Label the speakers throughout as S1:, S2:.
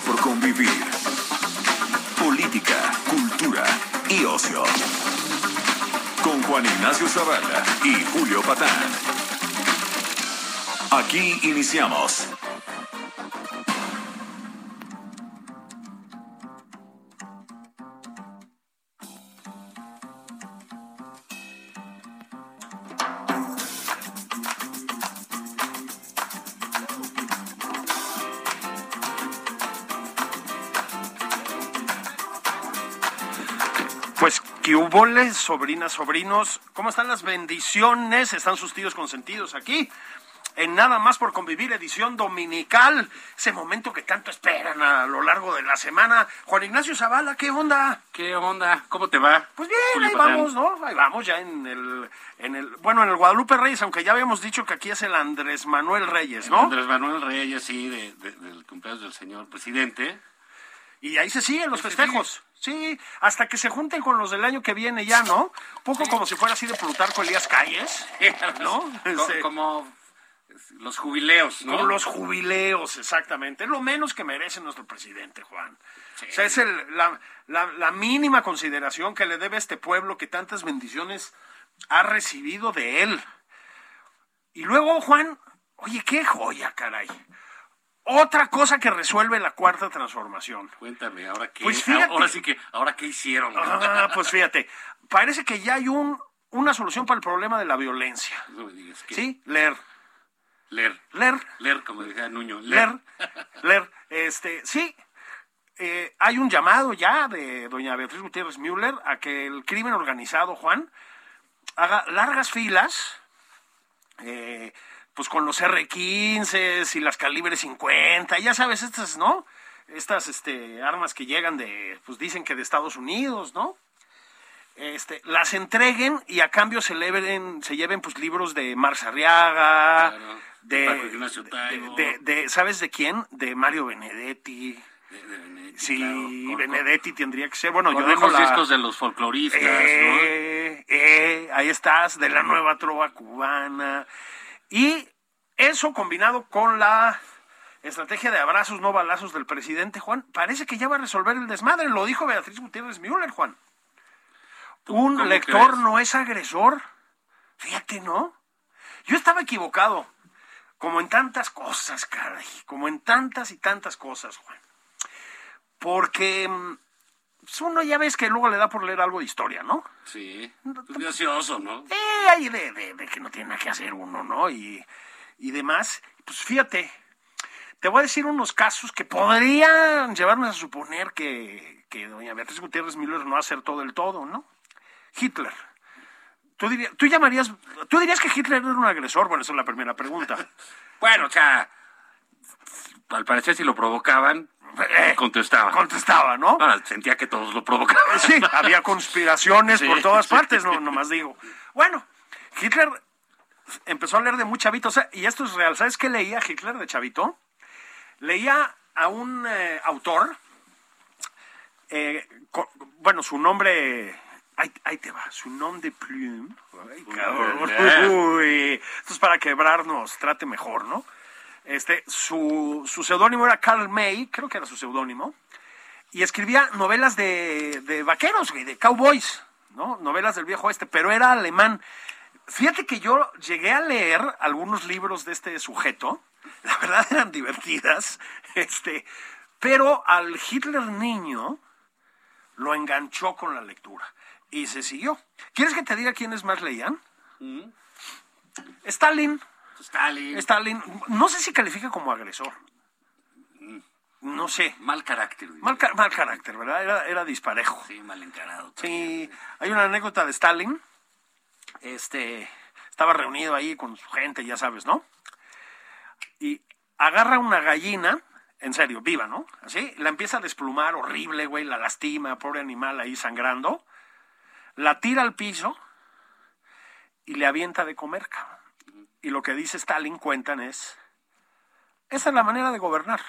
S1: por convivir. Política, cultura y ocio. Con Juan Ignacio Zavala y Julio Patán. Aquí iniciamos.
S2: Pues que hubo sobrinas, sobrinos. ¿Cómo están las bendiciones? Están sus tíos consentidos aquí. En nada más por convivir, edición dominical. Ese momento que tanto esperan a lo largo de la semana. Juan Ignacio Zavala, ¿qué onda?
S3: ¿Qué onda? ¿Cómo te va?
S2: Pues bien,
S3: Julio
S2: ahí
S3: Patán.
S2: vamos, ¿no? Ahí vamos ya en el, en el. Bueno, en el Guadalupe Reyes, aunque ya habíamos dicho que aquí es el Andrés Manuel Reyes, ¿no?
S3: Andrés Manuel Reyes, sí, de- de- del cumpleaños del señor presidente.
S2: Y ahí se siguen los
S3: Ahí se
S2: festejos. Sí, hasta que se junten con los del año que viene ya, ¿no? Un poco como si fuera así de Plutarco Elías Calles, ¿no? Este,
S3: Co-
S2: Sí.
S3: Como los jubileos, ¿no?
S2: Como los jubileos, exactamente. Es lo menos que merece nuestro presidente, Juan.
S3: Sí.
S2: O sea, es el- la, la- la mínima consideración que le debe este pueblo que tantas bendiciones ha recibido de él. Y luego, Juan, oye, qué joya, caray. Otra cosa que resuelve la cuarta transformación.
S3: Cuéntame, ¿ahora qué?
S2: Pues fíjate.
S3: Ahora sí que, ¿ahora qué hicieron?
S2: Ah, pues fíjate, parece que ya hay un, una solución para el problema de la violencia.
S3: No me digas que...
S2: ¿Sí? Leer,
S3: Leer.
S2: leer,
S3: Leer, como decía Nuño.
S2: leer, leer. Este, sí, eh, hay un llamado ya de doña Beatriz Gutiérrez Müller a que el crimen organizado, Juan, haga largas filas, eh, pues con los R-15 y las calibres 50, ya sabes, estas, ¿no? Estas este, armas que llegan de, pues dicen que de Estados Unidos, ¿no? Este, las entreguen y a cambio se, lleven- se lleven pues libros de Mars Arriaga,
S3: Claro,
S2: de,
S3: Paco Ignacio Taibo.
S2: de- de- de- ¿sabes de quién? De Mario Benedetti.
S3: De- de Benedetti,
S2: Sí,
S3: claro, con-
S2: Benedetti tendría que ser. Bueno,
S3: Con,
S2: yo
S3: con
S2: dejo
S3: los
S2: la...
S3: discos de los folcloristas, ¿no?
S2: Eh, eh, ahí estás, de la nueva trova cubana. Y eso combinado con la estrategia de abrazos, no balazos del presidente Juan, parece que ya va a resolver el desmadre. Lo dijo Beatriz Gutiérrez Müller, Juan. Un
S3: cómo
S2: lector
S3: crees?
S2: no es agresor. Fíjate, ¿no? Yo estaba equivocado. Como en tantas cosas, caray. Como en tantas y tantas cosas, Juan. Porque mm, pues uno ya ves que luego le da por leer algo de historia, ¿no?
S3: Sí. Pues ocioso, ¿no?
S2: Eh, ahí de, de- de que no tiene nada que hacer uno, ¿no? Y, y demás. Pues fíjate, te voy a decir unos casos que podrían llevarnos a suponer que, que doña Beatriz Gutiérrez Müller no acertó del todo, ¿no? Hitler. Tú, diría- tú llamarías, tú dirías que Hitler era un agresor, bueno, esa es la primera pregunta.
S3: Bueno, o sea, al parecer si lo provocaban,
S2: Eh,
S3: contestaban.
S2: Contestaba, ¿no?
S3: Ahora, sentía que todos lo provocaban.
S2: Sí, había conspiraciones
S3: Sí,
S2: por todas
S3: sí.
S2: partes, no nomás digo. Bueno, Hitler empezó a leer de muy chavito, o sea, y esto es real. ¿Sabes qué leía Hitler de chavito? Leía a un eh, autor, eh, co- bueno, su nombre, ahí, ahí te va, su nombre de plume. Ay, cabrón. Uy, esto es para quebrarnos, trate mejor, ¿no? Este, su, su seudónimo era Carl May, creo que era su seudónimo y escribía novelas de, de vaqueros, güey, de cowboys, ¿no? Novelas del viejo oeste, pero era alemán. Fíjate que yo llegué a leer algunos libros de este sujeto, la verdad eran divertidas, este, pero al Hitler niño lo enganchó con la lectura y se siguió. ¿Quieres que te diga quiénes más leían? Stalin.
S3: Stalin.
S2: Stalin, no sé si califica como agresor. No sé.
S3: Mal carácter. diría.
S2: Mal, ca- mal carácter, ¿verdad? Era, era disparejo.
S3: Sí, mal encarado.
S2: Sí, hay una anécdota de Stalin. Este, estaba reunido ahí con su gente, ya sabes, ¿no? Y agarra una gallina, en serio, viva, ¿no? Así, la empieza a desplumar horrible, güey, la lastima, pobre animal ahí sangrando, la tira al piso y le avienta de comer, cabrón. Y lo que dice Stalin, cuentan, es, esa es la manera de gobernar.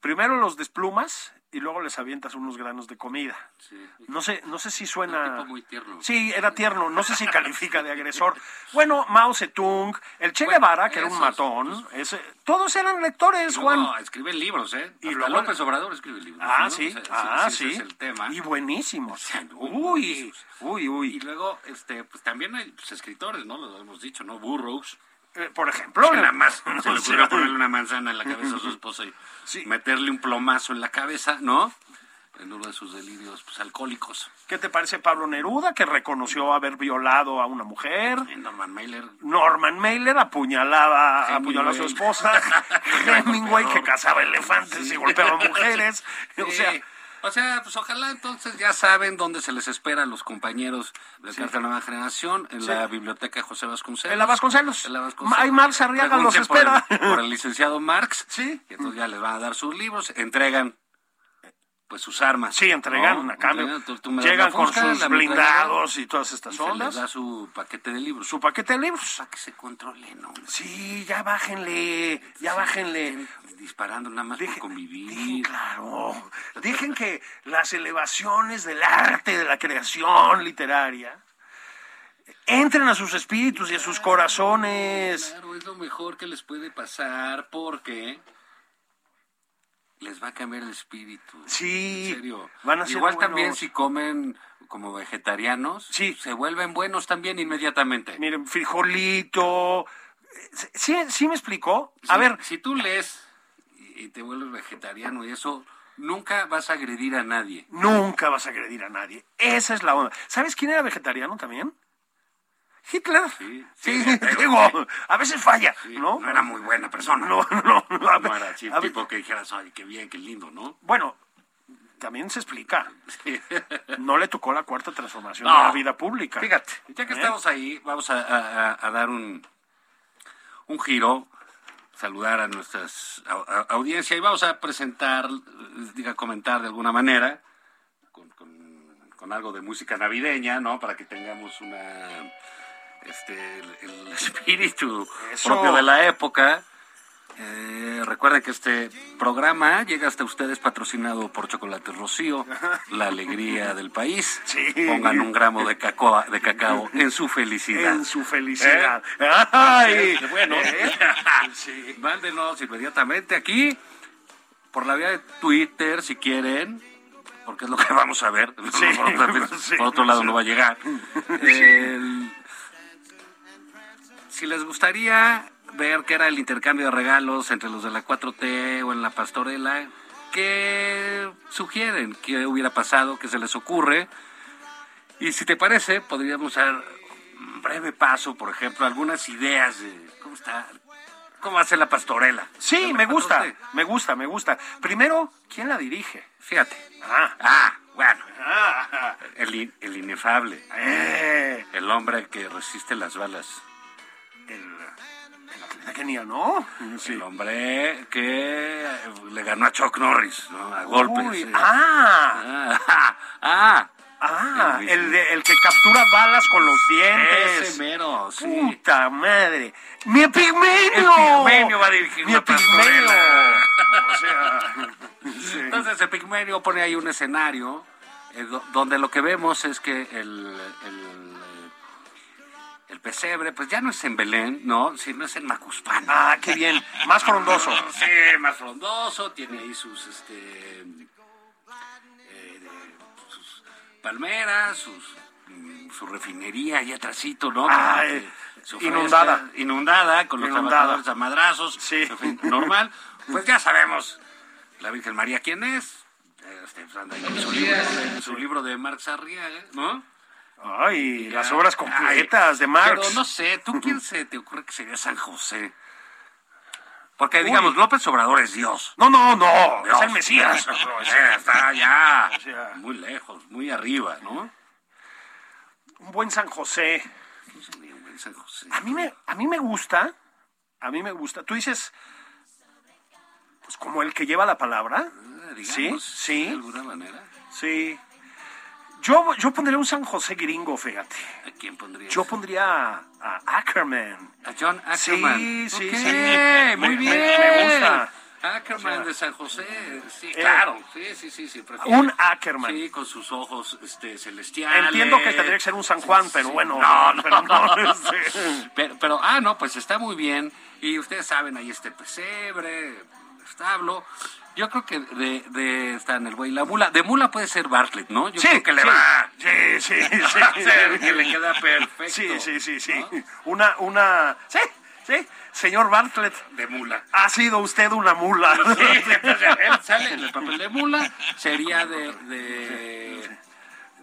S2: Primero los desplumas y luego les avientas unos granos de comida. No sé, no sé si suena.
S3: Un tipo muy tierno.
S2: Sí, era tierno. No sé si califica de agresor. Bueno, Mao Zedong, el Che
S3: Bueno,
S2: Guevara, que era un
S3: esos,
S2: matón. ese- Pues, todos eran lectores,
S3: No,
S2: Juan.
S3: No, escriben libros, ¿eh?
S2: Y
S3: Hasta
S2: luego-
S3: López Obrador escribe libros.
S2: ah,
S3: ¿no?
S2: sí.
S3: O
S2: ah,
S3: sea, ese-
S2: sí.
S3: ese es el tema.
S2: Y buenísimos.
S3: muy
S2: Uy,
S3: buenos.
S2: uy,
S3: Y
S2: uy.
S3: luego, este, pues también hay pues, escritores, ¿no? Lo hemos dicho, ¿no? Burroughs.
S2: Eh, por ejemplo,
S3: que nada más
S2: no
S3: se le
S2: sé.
S3: ocurrió ponerle una manzana en la cabeza a su esposa y
S2: Sí.
S3: meterle un plomazo en la cabeza, ¿no? En uno de sus delirios pues, alcohólicos.
S2: ¿Qué te parece Pablo Neruda, que reconoció haber violado a una mujer?
S3: Y Norman Mailer.
S2: Norman Mailer apuñalaba, apuñaló a su
S3: Hemingway.
S2: esposa. Hemingway, que
S3: Golpeador.
S2: cazaba elefantes y golpeaba mujeres. O
S3: Sí.
S2: sea,
S3: O sea, pues ojalá entonces ya saben dónde se les espera a los compañeros de Carta de Nueva Generación en la biblioteca de José Vasconcelos.
S2: En la Vasconcelos.
S3: En la Vasconcelos.
S2: Ma- ahí Marx Arriaga los
S3: Pregunten por el-
S2: espera.
S3: Por el, licenciado Marx.
S2: Sí.
S3: Y entonces ya les van a dar sus libros, entregan pues sus armas.
S2: Sí, entregan
S3: ¿no?
S2: a cambio.
S3: Entregan, tú- tú me das
S2: Llegan
S3: la
S2: con
S3: fusca, la
S2: sus
S3: metralleta,
S2: blindados y todas estas
S3: Se les da
S2: ondas.
S3: su paquete de libros.
S2: Su paquete de libros.
S3: Para que se controlen, hombre.
S2: Sí, ya bájenle, ya bájenle.
S3: Disparando nada más por convivir.
S2: dejen, claro, dejen que las elevaciones del arte, de la creación literaria, entren a sus espíritus y a sus corazones.
S3: Claro, es lo mejor que les puede pasar porque les va a cambiar el espíritu.
S2: Sí,
S3: En serio.
S2: van a ser
S3: Igual también
S2: buenos.
S3: si comen como vegetarianos,
S2: Sí.
S3: se vuelven buenos también inmediatamente.
S2: Miren, frijolito. ¿Sí, sí me explicó? A
S3: Si-
S2: ver,
S3: si tú lees y y te vuelves vegetariano y eso, nunca vas a agredir a nadie.
S2: Nunca vas a agredir a nadie. Esa es la onda. ¿Sabes quién era vegetariano también? Hitler.
S3: Sí,
S2: Sí,
S3: sí,
S2: te
S3: pero-
S2: digo, a veces falla,
S3: Sí,
S2: ¿no?
S3: era muy buena persona.
S2: No, no, no. A
S3: No
S2: ver,
S3: era así
S2: a
S3: un
S2: ver,
S3: tipo que dijeras, ay, qué bien, qué lindo, ¿no?
S2: Bueno, también se explica. No le tocó la cuarta transformación
S3: No.
S2: de la vida pública.
S3: Fíjate, ya que
S2: ¿Eh?
S3: estamos ahí, vamos a, a- a- a dar un, un giro, saludar a nuestra audiencia y vamos a presentar, eh, diga, comentar de alguna manera, con, con- con algo de música navideña, ¿no? Para que tengamos una este, el, el espíritu
S2: Eso.
S3: propio de la época. Eh, recuerden que este programa llega hasta ustedes patrocinado por Chocolates Rocío, la alegría del país.
S2: Sí.
S3: Pongan un gramo de cacao, de cacao en su felicidad.
S2: En su felicidad.
S3: Ay,
S2: Ay,
S3: qué bueno.
S2: ¿eh?
S3: Mándenos inmediatamente aquí por la vía de Twitter si quieren, porque es lo que vamos a ver.
S2: Sí,
S3: por, otro,
S2: sí.
S3: por otro lado no va a llegar. El- si les gustaría ver qué era el intercambio de regalos entre los de la 4T o en la pastorela, ¿qué sugieren? ¿Qué hubiera pasado? ¿Qué se les ocurre? Y si te parece, podríamos dar un breve paso, por ejemplo, algunas ideas de cómo está, cómo hace la pastorela.
S2: Sí, me gusta, me gusta, me gusta. Primero, ¿quién la dirige?
S3: Fíjate.
S2: Ah,
S3: Ah, bueno,
S2: ah,
S3: el, in- el inefable,
S2: eh,
S3: el hombre que resiste las balas,
S2: el, el atleta Kenia, ¿no? Sí.
S3: el hombre que le ganó a Chuck Norris, ¿no? A golpes.
S2: Uy,
S3: eh.
S2: ah,
S3: Ah, ah, ah,
S2: ah,
S3: El
S2: el, de- el que captura balas con los
S3: ese
S2: dientes.
S3: mero, sí.
S2: Puta madre. ¡Mi epigmenio!
S3: El pigmenio va a dirigir
S2: ¡Mi
S3: la
S2: epigmenio!
S3: pastorela.
S2: O sea, sí.
S3: Entonces el pigmenio pone ahí un escenario eh, do- donde lo que vemos es que el, el, el pesebre, pues ya no es en Belén, ¿no? Sino es en Macuspana.
S2: ah, qué bien. Más frondoso.
S3: Sí, más frondoso, tiene ahí sus, este, eh, de- sus palmeras, sus, mm, su refinería ahí atrásito, ¿no?
S2: Ah,
S3: Para que
S2: eh,
S3: se ofrezca-
S2: inundada.
S3: Inundada, con los
S2: Inundada.
S3: trabajadores a madrazos,
S2: Sí.
S3: en fin, normal. Pues ya sabemos la Virgen María quién es. Este, pues, anda ahí con su, libro, su libro de Marx Arriaga, ¿eh? ¿no?
S2: Ay, las
S3: Ya.
S2: obras completas
S3: Ay,
S2: de Marx.
S3: Pero no sé, ¿tú quién se te ocurre que sería San José? Porque, digamos, López Obrador es Dios.
S2: No, no, no.
S3: Dios.
S2: Es el Mesías.
S3: Eh, Está allá,
S2: O sea.
S3: muy lejos, muy arriba, ¿no?
S2: Un buen San José.
S3: San José.
S2: A mí me, a mí me gusta, a mí me gusta. Tú dices, pues como el que lleva la palabra.
S3: Ah, digamos,
S2: sí, sí.
S3: De alguna manera.
S2: Sí. Yo, yo pondría un San José gringo, fíjate.
S3: ¿A quién pondría?
S2: Yo pondría a, a Ackerman.
S3: A John Ackerman.
S2: Sí, sí,
S3: Ok,
S2: sí. Me-
S3: Muy
S2: me-
S3: bien.
S2: me gusta.
S3: Ackerman
S2: O sea,
S3: de San José. Sí, claro. Sí, sí, sí, sí. prefiero.
S2: un Ackerman.
S3: Eh, Sí, con sus ojos este, celestiales.
S2: Entiendo que tendría que ser un San Juan, pero bueno.
S3: No, no,
S2: pero
S3: no.
S2: este,
S3: Pero, pero, ah, no, pues está muy bien. Y ustedes saben, ahí este pesebre, establo. Yo creo que de, de están el güey y la mula. De mula puede ser Bartlett, ¿no? Yo
S2: Sí,
S3: creo que le
S2: sí.
S3: va.
S2: Sí, sí, sí.
S3: Creo que le queda perfecto.
S2: Sí, sí, sí, sí.
S3: ¿no?
S2: Una, una. Sí, sí. Señor Bartlett,
S3: De mula.
S2: ha sido usted una mula.
S3: Él sale en el papel de mula, sería de. de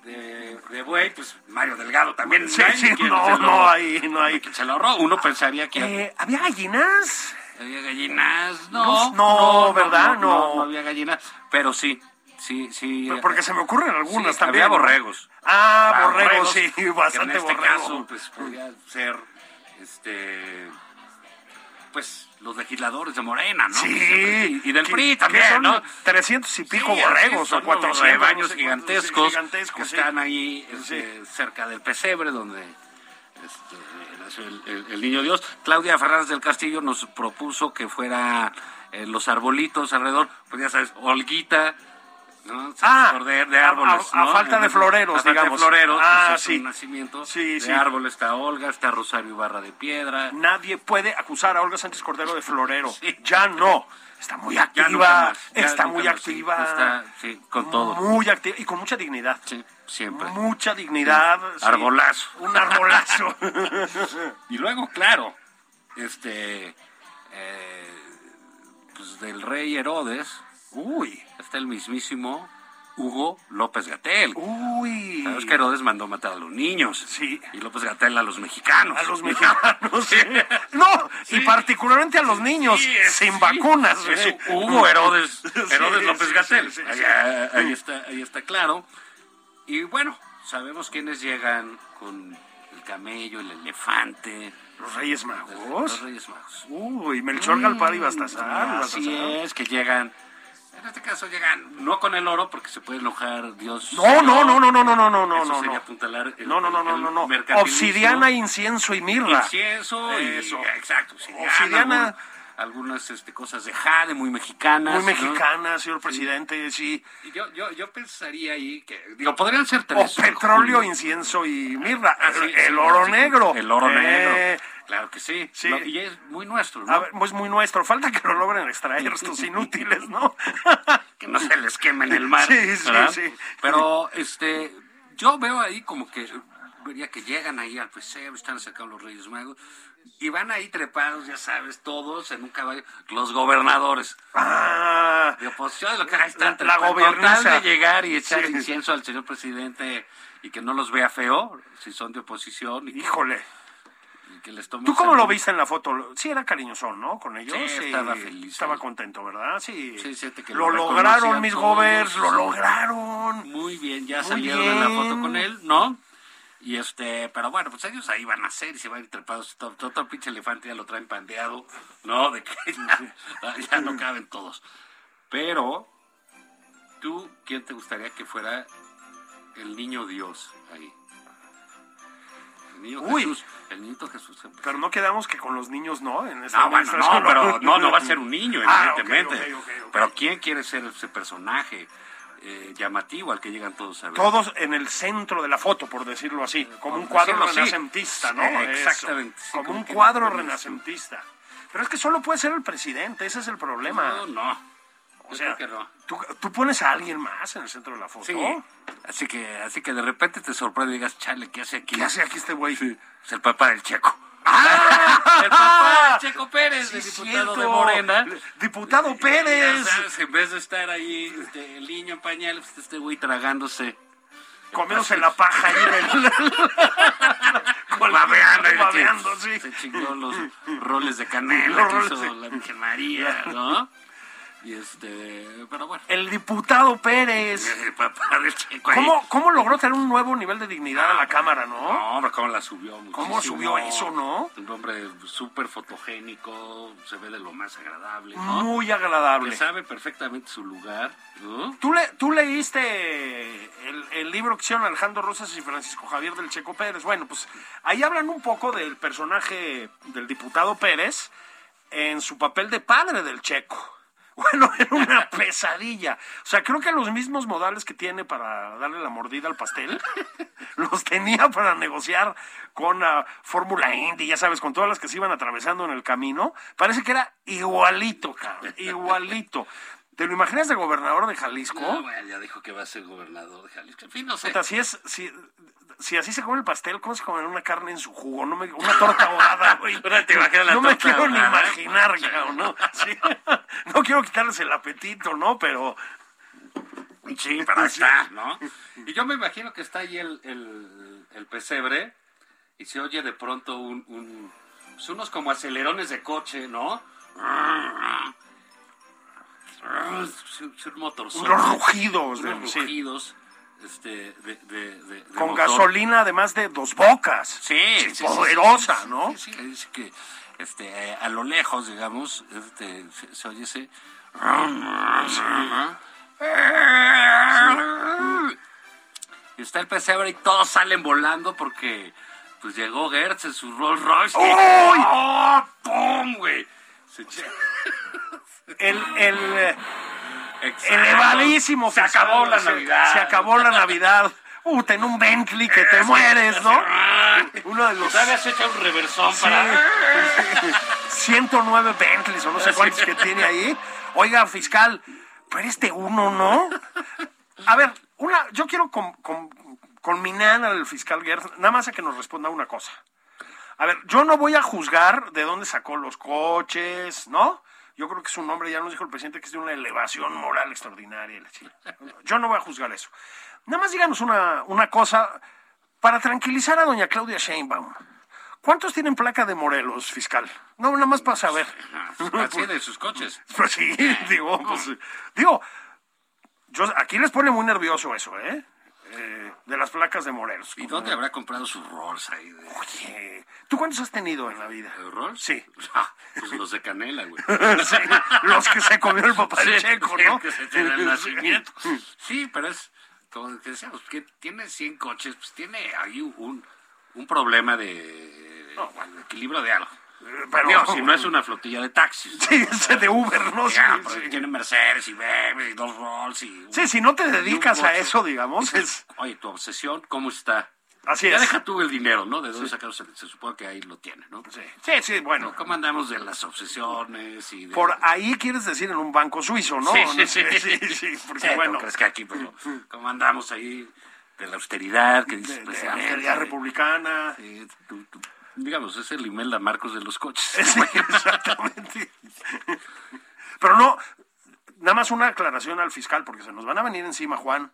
S3: de, de buey, pues Mario Delgado también.
S2: Sí,
S3: Nadie
S2: sí,
S3: quiere
S2: no,
S3: ser
S2: no
S3: lobo.
S2: hay, no hay.
S3: Se lo ahorró. Uno pensaría que
S2: Eh, ¿Había gallinas?
S3: había gallinas. No,
S2: No, ¿verdad?
S3: No,
S2: No.
S3: no había gallinas. Pero sí, sí, sí.
S2: Pero Porque se me ocurren algunas
S3: Sí,
S2: también.
S3: había borregos.
S2: Ah,
S3: Ah,
S2: borregos, sí,
S3: que
S2: bastante
S3: en este
S2: borrego.
S3: caso, pues podría ser, este, pues los legisladores de Morena, ¿no?
S2: Sí,
S3: y del
S2: que-
S3: PRI
S2: que
S3: también,
S2: son
S3: ¿no?
S2: 300 y pico
S3: Sí,
S2: borregos
S3: así son
S2: o 400.
S3: los rebaños
S2: no sé cuántos, sí,
S3: gigantescos, que
S2: gigantescos, sí.
S3: están ahí
S2: Sí.
S3: este, cerca del pesebre donde este, nació el, el- el niño Dios. Claudia Fernández del Castillo nos propuso que fuera eh, los arbolitos alrededor, pues ya sabes, Olguita. ¿no?
S2: Ah,
S3: Corder de
S2: a-
S3: árboles.
S2: a- a
S3: ¿no?
S2: falta de
S3: Entonces,
S2: floreros,
S3: a falta de
S2: digamos.
S3: floreros, pues,
S2: Ah,
S3: es un
S2: sí.
S3: nacimiento
S2: Sí,
S3: de
S2: sí.
S3: árboles. Está Olga, está Rosario Ibarra de Piedra.
S2: Nadie puede acusar a Olga Sánchez Cordero de florero.
S3: Sí.
S2: Ya no. Está muy
S3: Ya
S2: activa.
S3: nunca más, ya
S2: está
S3: nunca
S2: muy
S3: más, sí,
S2: activa.
S3: está, sí, con todo.
S2: Muy activa y con mucha dignidad.
S3: Sí, siempre.
S2: Mucha dignidad. sí.
S3: Arbolazo.
S2: Un arbolazo.
S3: Y luego, claro, este. eh, pues del rey Herodes
S2: Uy.
S3: está el mismísimo Hugo López Gatel.
S2: Uy.
S3: Sabes Ah, que Herodes mandó matar a los niños.
S2: Sí.
S3: Y López Gatel a los mexicanos.
S2: A los mexicanos. No, y
S3: Sí.
S2: particularmente a los niños
S3: Sí, es-
S2: sin
S3: sí.
S2: vacunas.
S3: Es Hugo Herodes, Herodes
S2: Sí,
S3: López
S2: sí,
S3: Gatel.
S2: sí, sí, sí.
S3: Ahí está, ahí está claro. Y bueno, sabemos quiénes llegan con el camello, el elefante,
S2: Los Reyes
S3: los
S2: Magos.
S3: Reyes Magos.
S2: Uy, Melchor Galpar y Baltasar.
S3: Así
S2: Baltasar.
S3: es, que llegan. En este caso llegan no con el oro porque se puede enojar Dios.
S2: No, no, no, no, no, no, no, no, no,
S3: Eso
S2: no.
S3: sería
S2: no.
S3: apuntalar el-
S2: No, no, no, no,
S3: el
S2: no, no.
S3: mercantilismo.
S2: Obsidiana, incienso y mirra.
S3: Incienso y
S2: Eso.
S3: exacto, obsidiana,
S2: Obsidiana.
S3: algún- algunas este, cosas de jade muy mexicanas.
S2: Muy
S3: ¿no?
S2: mexicana, señor presidente, sí.
S3: Y Yo, yo, yo pensaría ahí que, digo, podrían ser
S2: O
S3: tres.
S2: petróleo,
S3: Julio.
S2: incienso y mirra.
S3: Ah, sí,
S2: El,
S3: sí,
S2: el oro
S3: sí,
S2: negro.
S3: El oro
S2: Eh,
S3: negro. Claro que sí.
S2: sí.
S3: Lo- y es muy nuestro, ¿no?
S2: A ver, pues muy nuestro. Falta que lo logren extraer estos inútiles, ¿no?
S3: que no se les queme en el mar.
S2: Sí, sí,
S3: ¿verdad?
S2: sí.
S3: Pero este, yo veo ahí como que vería que llegan ahí al pesebre, están sacando los Reyes Magos y van ahí trepados, ya sabes, todos en un caballo, los gobernadores.
S2: Ah,
S3: De oposición, lo que ahí están
S2: La
S3: trepados, con
S2: gobernanza.
S3: tal de llegar y echar
S2: Sí.
S3: incienso al señor presidente y que no los vea feo si son de oposición y,
S2: híjole.
S3: y que les tomen
S2: ¿Tú cómo lo
S3: salud.
S2: viste en la foto? Sí, era cariñosón, ¿no? Con ellos.
S3: Sí, estaba feliz.
S2: Estaba contento, ¿verdad? Sí.
S3: Sí, siente que
S2: lo
S3: lo
S2: lograron,
S3: reconocían
S2: mis
S3: todos.
S2: govers, lo lograron.
S3: Muy bien, ya
S2: Muy
S3: salieron en la
S2: bien.
S3: foto con él, ¿no? Y este, pero bueno, pues ellos ahí van a hacer y se van a ir trepados. Todo, todo, todo el pinche elefante ya lo traen pandeado, ¿no? De que ya, ya no caben todos. Pero, ¿tú quién te gustaría que fuera el niño Dios ahí? El niño
S2: Uy.
S3: Jesús. El niño Jesús. siempre.
S2: Pero no quedamos que con los niños, ¿no? En esta
S3: No, bueno,
S2: administración,
S3: no, pero no, no va a ser un niño,
S2: Ah, ok,
S3: evidentemente.
S2: ok, ok, ok.
S3: Pero ¿quién quiere ser ese personaje eh, llamativo al que llegan todos a ver?
S2: Todos en el centro de la foto, por decirlo así. Como un cuadro
S3: decirlo así.
S2: renacentista, ¿no?
S3: Sí, exactamente.
S2: Eso.
S3: Sí,
S2: Como
S3: como
S2: un
S3: que-
S2: cuadro
S3: como que-
S2: renacentista. Pero es que solo puede ser el presidente, ese es el problema.
S3: No, no.
S2: o sea,
S3: que no.
S2: ¿tú, tú pones a alguien más en el centro de la foto.
S3: Sí. Así que, así que de repente te sorprende y digas, chale, ¿qué hace aquí?
S2: ¿Qué hace aquí este güey?
S3: Es el papá del Checo.
S2: ¡Ah!
S3: El papá del Checo Pérez,
S2: Sí,
S3: el diputado
S2: cierto.
S3: de Morena.
S2: Le- ¡Diputado
S3: Ya
S2: Pérez!
S3: sabes, en vez de estar ahí este, el niño en pañales, pues, este güey tragándose.
S2: Comiéndose la paja ahí del- con la
S3: Babeando, y le-
S2: babeando, sí.
S3: Se chingó los roles de canela
S2: Los
S3: que
S2: roles
S3: hizo
S2: de-
S3: la Virgen María, ¿no? Y este, pero bueno.
S2: El diputado Pérez.
S3: El papá del Checo ahí.
S2: ¿Cómo, ¿Cómo logró tener un nuevo nivel de
S3: Ah,
S2: dignidad a la Cámara, no?
S3: No, hombre, cómo la subió. muchísimo.
S2: subió eso, no?
S3: Un hombre súper fotogénico, se ve de lo más agradable, ¿no?
S2: Muy
S3: Que
S2: agradable.
S3: sabe perfectamente su lugar, ¿no?
S2: ¿Tú, le, tú leíste el, el libro que hicieron Alejandro Rosas y Francisco Javier del Checo Pérez. Bueno, pues ahí hablan un poco del personaje del diputado Pérez en su papel de padre del Checo. Bueno, era una pesadilla. O sea, creo que los mismos modales que tiene para darle la mordida al pastel, los tenía para negociar con la Fórmula Indy, ya sabes, con todas las que se iban atravesando en el camino. Parece que era igualito, cabrón, igualito. ¿Te lo imaginas de gobernador de Jalisco?
S3: No, bueno, ya dijo que va a ser gobernador de Jalisco. En fin, no sé.
S2: Puta, si es, si, si así se come el pastel, ¿cómo se come una carne en su jugo? No me, una torta ahogada, güey.
S3: Ahora te imaginas la
S2: no me
S3: torta
S2: quiero ni
S3: ahogada.
S2: imaginar, cabrón, ¿no? Sí. No quiero quitarles el apetito, ¿no? Pero
S3: Sí, pero ahí está, ¿no? Y yo me imagino que está ahí el, el, el pesebre y se oye de pronto un, un- pues unos como acelerones de coche, ¿no? Es un- es un motorzote.
S2: los rugidos. Pues de-
S3: Unos
S2: sí.
S3: rugidos, este, de, de- de- de
S2: Con
S3: motor.
S2: gasolina, además de dos bocas.
S3: Sí, sí, sí,
S2: poderosa,
S3: sí, sí,
S2: ¿no?
S3: Sí, sí, es que este, eh, a lo lejos, digamos, este, se, se oye ese... Y está el pesebre y todos salen volando porque pues llegó Gertz en su Rolls Royce.
S2: ¡Uy!
S3: ¡Oh, pum, güey! Se echa-
S2: El, el, eh,
S3: Exacto.
S2: elevadísimo.
S3: Se
S2: que
S3: acabó
S2: sale,
S3: la
S2: se-
S3: Navidad.
S2: Se acabó la Navidad. Puta, en un Bentley que te mueres, ¿no? Uno de los
S3: Todavía se echa un reversón
S2: Sí.
S3: para...
S2: 109 Bentleys o no sé cuántos que tiene ahí. Oiga, fiscal, pero este uno no. A ver, una, yo quiero con, con- conminar al fiscal Gertz, nada más a que nos responda una cosa. A ver, yo no voy a juzgar de dónde sacó los coches, ¿no? Yo creo que su nombre ya nos dijo el presidente que es de una elevación moral extraordinaria. y la chingada. Yo no voy a juzgar eso. Nada más díganos una, una cosa para tranquilizar a doña Claudia Sheinbaum. ¿Cuántos tienen placa de Morelos, fiscal? No, nada más para saber.
S3: Ah, Así de sus coches.
S2: Pues sí, digo, pues, digo, yo, aquí les pone muy nervioso eso, ¿eh? Eh, de las placas de Morelos.
S3: ¿Y dónde habrá comprado sus Rolls ahí? De...
S2: Oye, ¿tú cuántos has tenido en la vida?
S3: ¿De Rolls?
S2: Sí.
S3: Ah, pues los de canela, güey.
S2: Sí, los que se comió el papá del
S3: Sí,
S2: checo,
S3: sí,
S2: ¿no?
S3: Que se tiene el nacimiento. Sí, pero es, como que decíamos, que tiene 100 coches, pues tiene ahí un, un problema de, de equilibrio de algo.
S2: Pero-
S3: Digo, si no es una flotilla de taxis.
S2: Eh, Sí, ese de Uber, ¿no? Sí,
S3: Ya, pero
S2: sí.
S3: pues, Tiene Mercedes y BMW y dos Rolls y... un-
S2: Sí, si no te
S3: y un
S2: dedicas a
S3: coche.
S2: eso, digamos,
S3: Dices,
S2: es...
S3: Oye, tu obsesión, ¿cómo está?
S2: Así
S3: Ya
S2: es.
S3: deja tú el dinero, ¿no? De dónde sacaron, se, se supone que ahí lo tiene, ¿no?
S2: Sí, sí, sí, bueno.
S3: ¿Cómo andamos de las obsesiones y de...
S2: Por ahí quieres decir en un banco suizo, ¿no?
S3: Sí, sí, sí,
S2: sí, sí, porque
S3: Sí,
S2: bueno,
S3: no crees que aquí, pero como andamos ahí de la austeridad, que dices,
S2: de-
S3: pues,
S2: de
S3: a ver,
S2: austeridad
S3: eh,
S2: republicana.
S3: eh, tú- tú- digamos, es el Imelda Marcos de los coches.
S2: Sí, exactamente. Pero no, nada más una aclaración al fiscal, porque se nos van a venir encima, Juan.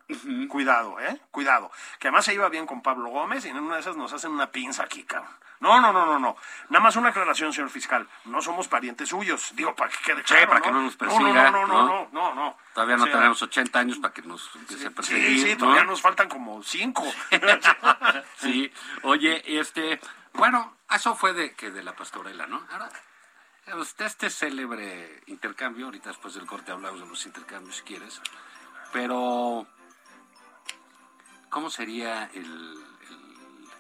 S2: Cuidado, ¿eh? Cuidado. Que además se iba bien con Pablo Gómez y en una de esas nos hacen una pinza aquí, cabrón. No, no, no, no, no. Nada más una aclaración, señor fiscal. No somos parientes suyos. Digo, para que quede claro.
S3: para que no nos persiga,
S2: No, no, no, no, no, no, no.
S3: Todavía no
S2: O sea,
S3: tenemos 80 años para que nos empiece a perseguir.
S2: Sí, sí,
S3: ¿no?
S2: todavía nos faltan como cinco.
S3: Sí, oye, este, bueno, eso fue de que de la pastorela, ¿no? Ahora, pues, de este célebre intercambio, ahorita después del corte hablamos de los intercambios si quieres, pero ¿cómo sería el, el-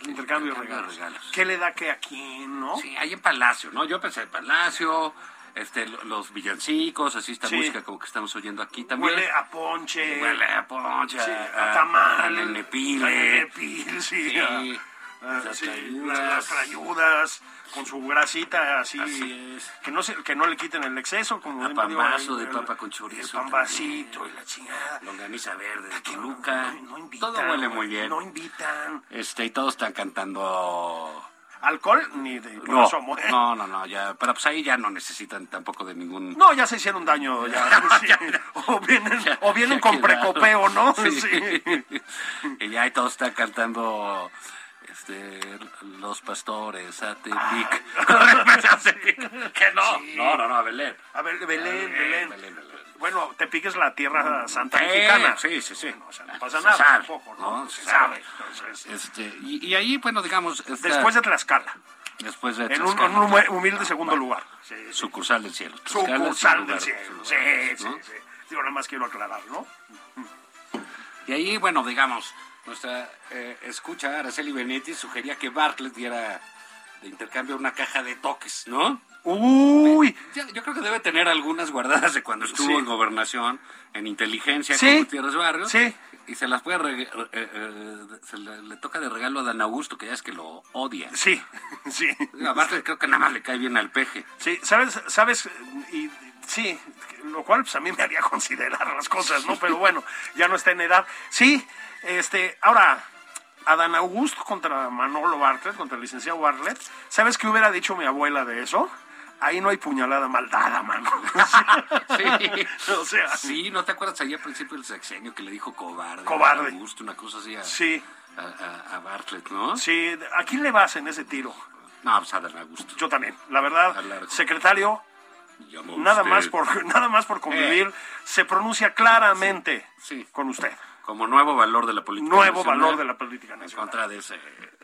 S2: El intercambio de regalos. ¿Qué le da que a quién, no?
S3: Sí, ahí en Palacio, ¿no? Yo pensé en Palacio, este, lo- los villancicos, así esta
S2: Sí.
S3: música como que estamos oyendo aquí también.
S2: Huele a ponche.
S3: Huele a poncha,
S2: Sí,
S3: a,
S2: a tamal.
S3: a nenepil, eh.
S2: A nenepil, sí.
S3: Sí.
S2: Ah,
S3: Las
S2: sí,
S3: trayudas.
S2: las trayudas, con su grasita así. este,
S3: Así es.
S2: Que no, se, que no le quiten el exceso, como
S3: A
S2: bien me dio
S3: pambazo
S2: ahí,
S3: Ah, de
S2: el-
S3: papa con chorizo
S2: El pambacito y la chingada.
S3: Longaniza verde de
S2: No,
S3: Toluca.
S2: Ah, no- no invitan,
S3: Todo huele muy bien.
S2: No invitan.
S3: Este, y todos están cantando.
S2: Alcohol ni de
S3: No,
S2: corazón, ¿eh?
S3: no, no, no, ya. Pero pues ahí ya no necesitan tampoco de ningún.
S2: No, ya se hicieron daño. ya, sí. o vienen,
S3: Ya-
S2: o vienen
S3: ya
S2: con
S3: quedaron.
S2: precopeo, ¿no? Sí.
S3: y ya ahí todos están
S2: Ah.
S3: cantando. Este, los pastores, Atepic. Que no, no, no, no, a Belén.
S2: A ver, Belén, Belén.
S3: Belén, Ah, Belén, Belén.
S2: Bueno, te piques la tierra santa
S3: Eh,
S2: mexicana.
S3: sí, sí, sí.
S2: O sea, no pasa nada
S3: Se sabe,
S2: tampoco, ¿no?
S3: Se
S2: sabe.
S3: sabe.
S2: Entonces,
S3: Este, y, y ahí, bueno, digamos, está-
S2: Después de Tlaxcala,
S3: después de
S2: en un,
S3: Tlaxcala, Ah,
S2: en un hume- humilde segundo lugar. Sí, sí.
S3: sucursal del cielo. Tlaxcala es un
S2: Sucursal
S3: lugar-
S2: del cielo.
S3: lugar,
S2: Sí, sí,
S3: ¿no?
S2: sí. Digo, nada más quiero aclarar, ¿no?
S3: Y ahí, bueno, digamos, nuestra eh, escucha Araceli Benetti sugería que Bartlett diera de intercambio una caja de toques, ¿no?
S2: Uy,
S3: Ya, yo creo que debe tener algunas guardadas de cuando estuvo
S2: Sí.
S3: en gobernación, en inteligencia,
S2: Sí.
S3: con Gutiérrez Barrios.
S2: Sí.
S3: Y se las puede, reg- eh, eh, se le, le toca de regalo a Dan Augusto, que ya es que lo odia.
S2: sí, sí.
S3: A Bartlett creo que nada más le cae bien al peje.
S2: Sí, sabes, sabes, y, y- sí, lo cual pues a mí me haría considerar las cosas, ¿no? Pero bueno, ya no está en edad. Sí, este, ahora, Adán Augusto contra Manolo Bartlett, contra el licenciado Bartlett, ¿sabes qué hubiera dicho mi abuela de eso? Ahí no hay puñalada maldada, mano.
S3: Sí.
S2: O sea,
S3: sí, ¿no te acuerdas allá al principio del sexenio que le dijo cobarde?
S2: Cobarde.
S3: A Augusto, una cosa así a,
S2: Sí.
S3: a, a- a Bartlett, ¿no?
S2: sí, ¿a quién le vas en ese tiro?
S3: No, pues a Dan Augusto.
S2: Yo también, la verdad,
S3: Al largo.
S2: secretario,
S3: Llamó
S2: nada
S3: usted.
S2: más por nada más por convivir,
S3: Eh.
S2: se pronuncia claramente
S3: Sí, sí.
S2: con usted.
S3: Como nuevo valor de la política
S2: Nuevo
S3: nacional,
S2: valor de la política
S3: En
S2: nacional.
S3: contra de ese...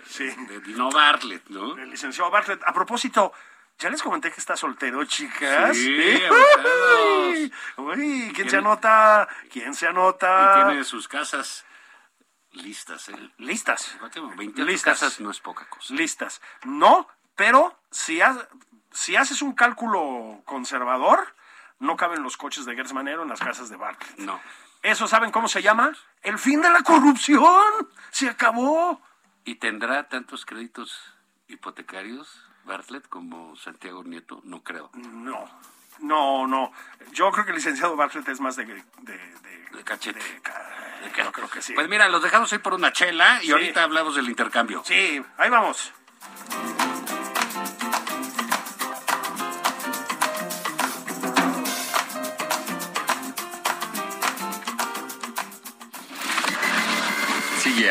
S2: Sí.
S3: De Dino Bartlett, ¿no?
S2: El licenciado Bartlett. A propósito, ya les comenté que está soltero, chicas.
S3: Sí,
S2: ¿Eh?
S3: abogados.
S2: Uy, ¿quién, se
S3: Tiene-
S2: anota? ¿Quién se
S3: Y
S2: anota?
S3: tiene sus casas listas, ¿eh?
S2: Listas.
S3: Fíjate, 28
S2: Listas.
S3: casas no es poca cosa.
S2: Listas. No, pero si, ha- si haces un cálculo conservador, no caben los coches de Gersmanero en las casas de Bartlett.
S3: No.
S2: ¿Eso saben cómo se llama? El fin de la corrupción. Se acabó.
S3: ¿Y tendrá tantos créditos hipotecarios Bartlett como Santiago Nieto? No creo.
S2: No, no, no. Yo creo que el licenciado Bartlett es más de... De, de-
S3: De cachete.
S2: de ca-
S3: De que-
S2: yo creo que sí.
S3: Pues mira, los dejamos hoy por una chela y
S2: Sí.
S3: ahorita hablamos del intercambio.
S2: Sí, ahí vamos.
S4: Sigue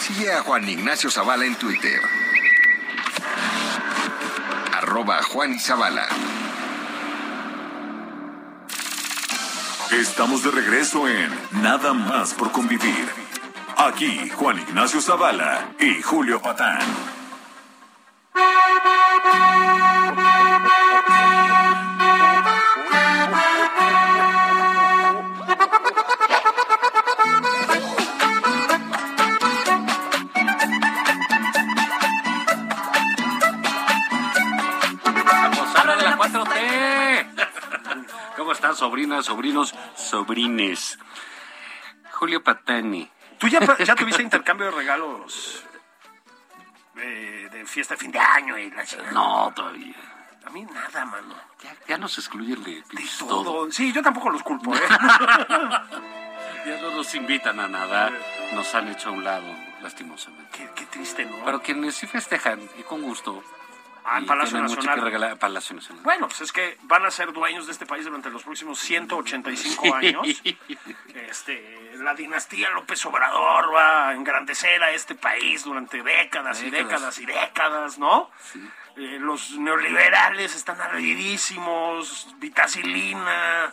S4: Sigue a Juan Ignacio Zavala en Twitter. Arroba Juan Zavala.
S1: Estamos de regreso en Nada más por convivir. Aquí Juan Ignacio Zavala y Julio Patán.
S3: ¡Vamos a la 4T! ¿Cómo están, sobrinas, sobrinos, sobrines? Julio Patani.
S2: ¿Tú ya, pa- ya tuviste intercambio de regalos eh, de fiesta de fin de año? Y la chingada?
S3: No, todavía.
S2: A mí nada, mano.
S3: Ya, ya nos excluyen de,
S2: De
S3: pinches
S2: todo.
S3: todo.
S2: Sí, yo tampoco los culpo, ¿eh?
S3: Ya no nos invitan a nada. Nos han hecho a un lado, lastimosamente.
S2: qué, qué triste, ¿no?
S3: Pero quienes sí festejan, y con gusto.
S2: Ah, en
S3: y
S2: Palacio
S3: tienen mucho
S2: Nacional.
S3: que regalar a Palacio Nacional.
S2: Bueno, pues es que van a ser dueños de este país durante los próximos 185 años. Este, la dinastía López Obrador va a engrandecer a este país durante décadas, y
S3: Décadas.
S2: décadas y décadas, ¿no? Eh, los neoliberales están ardidísimos, vitacilina.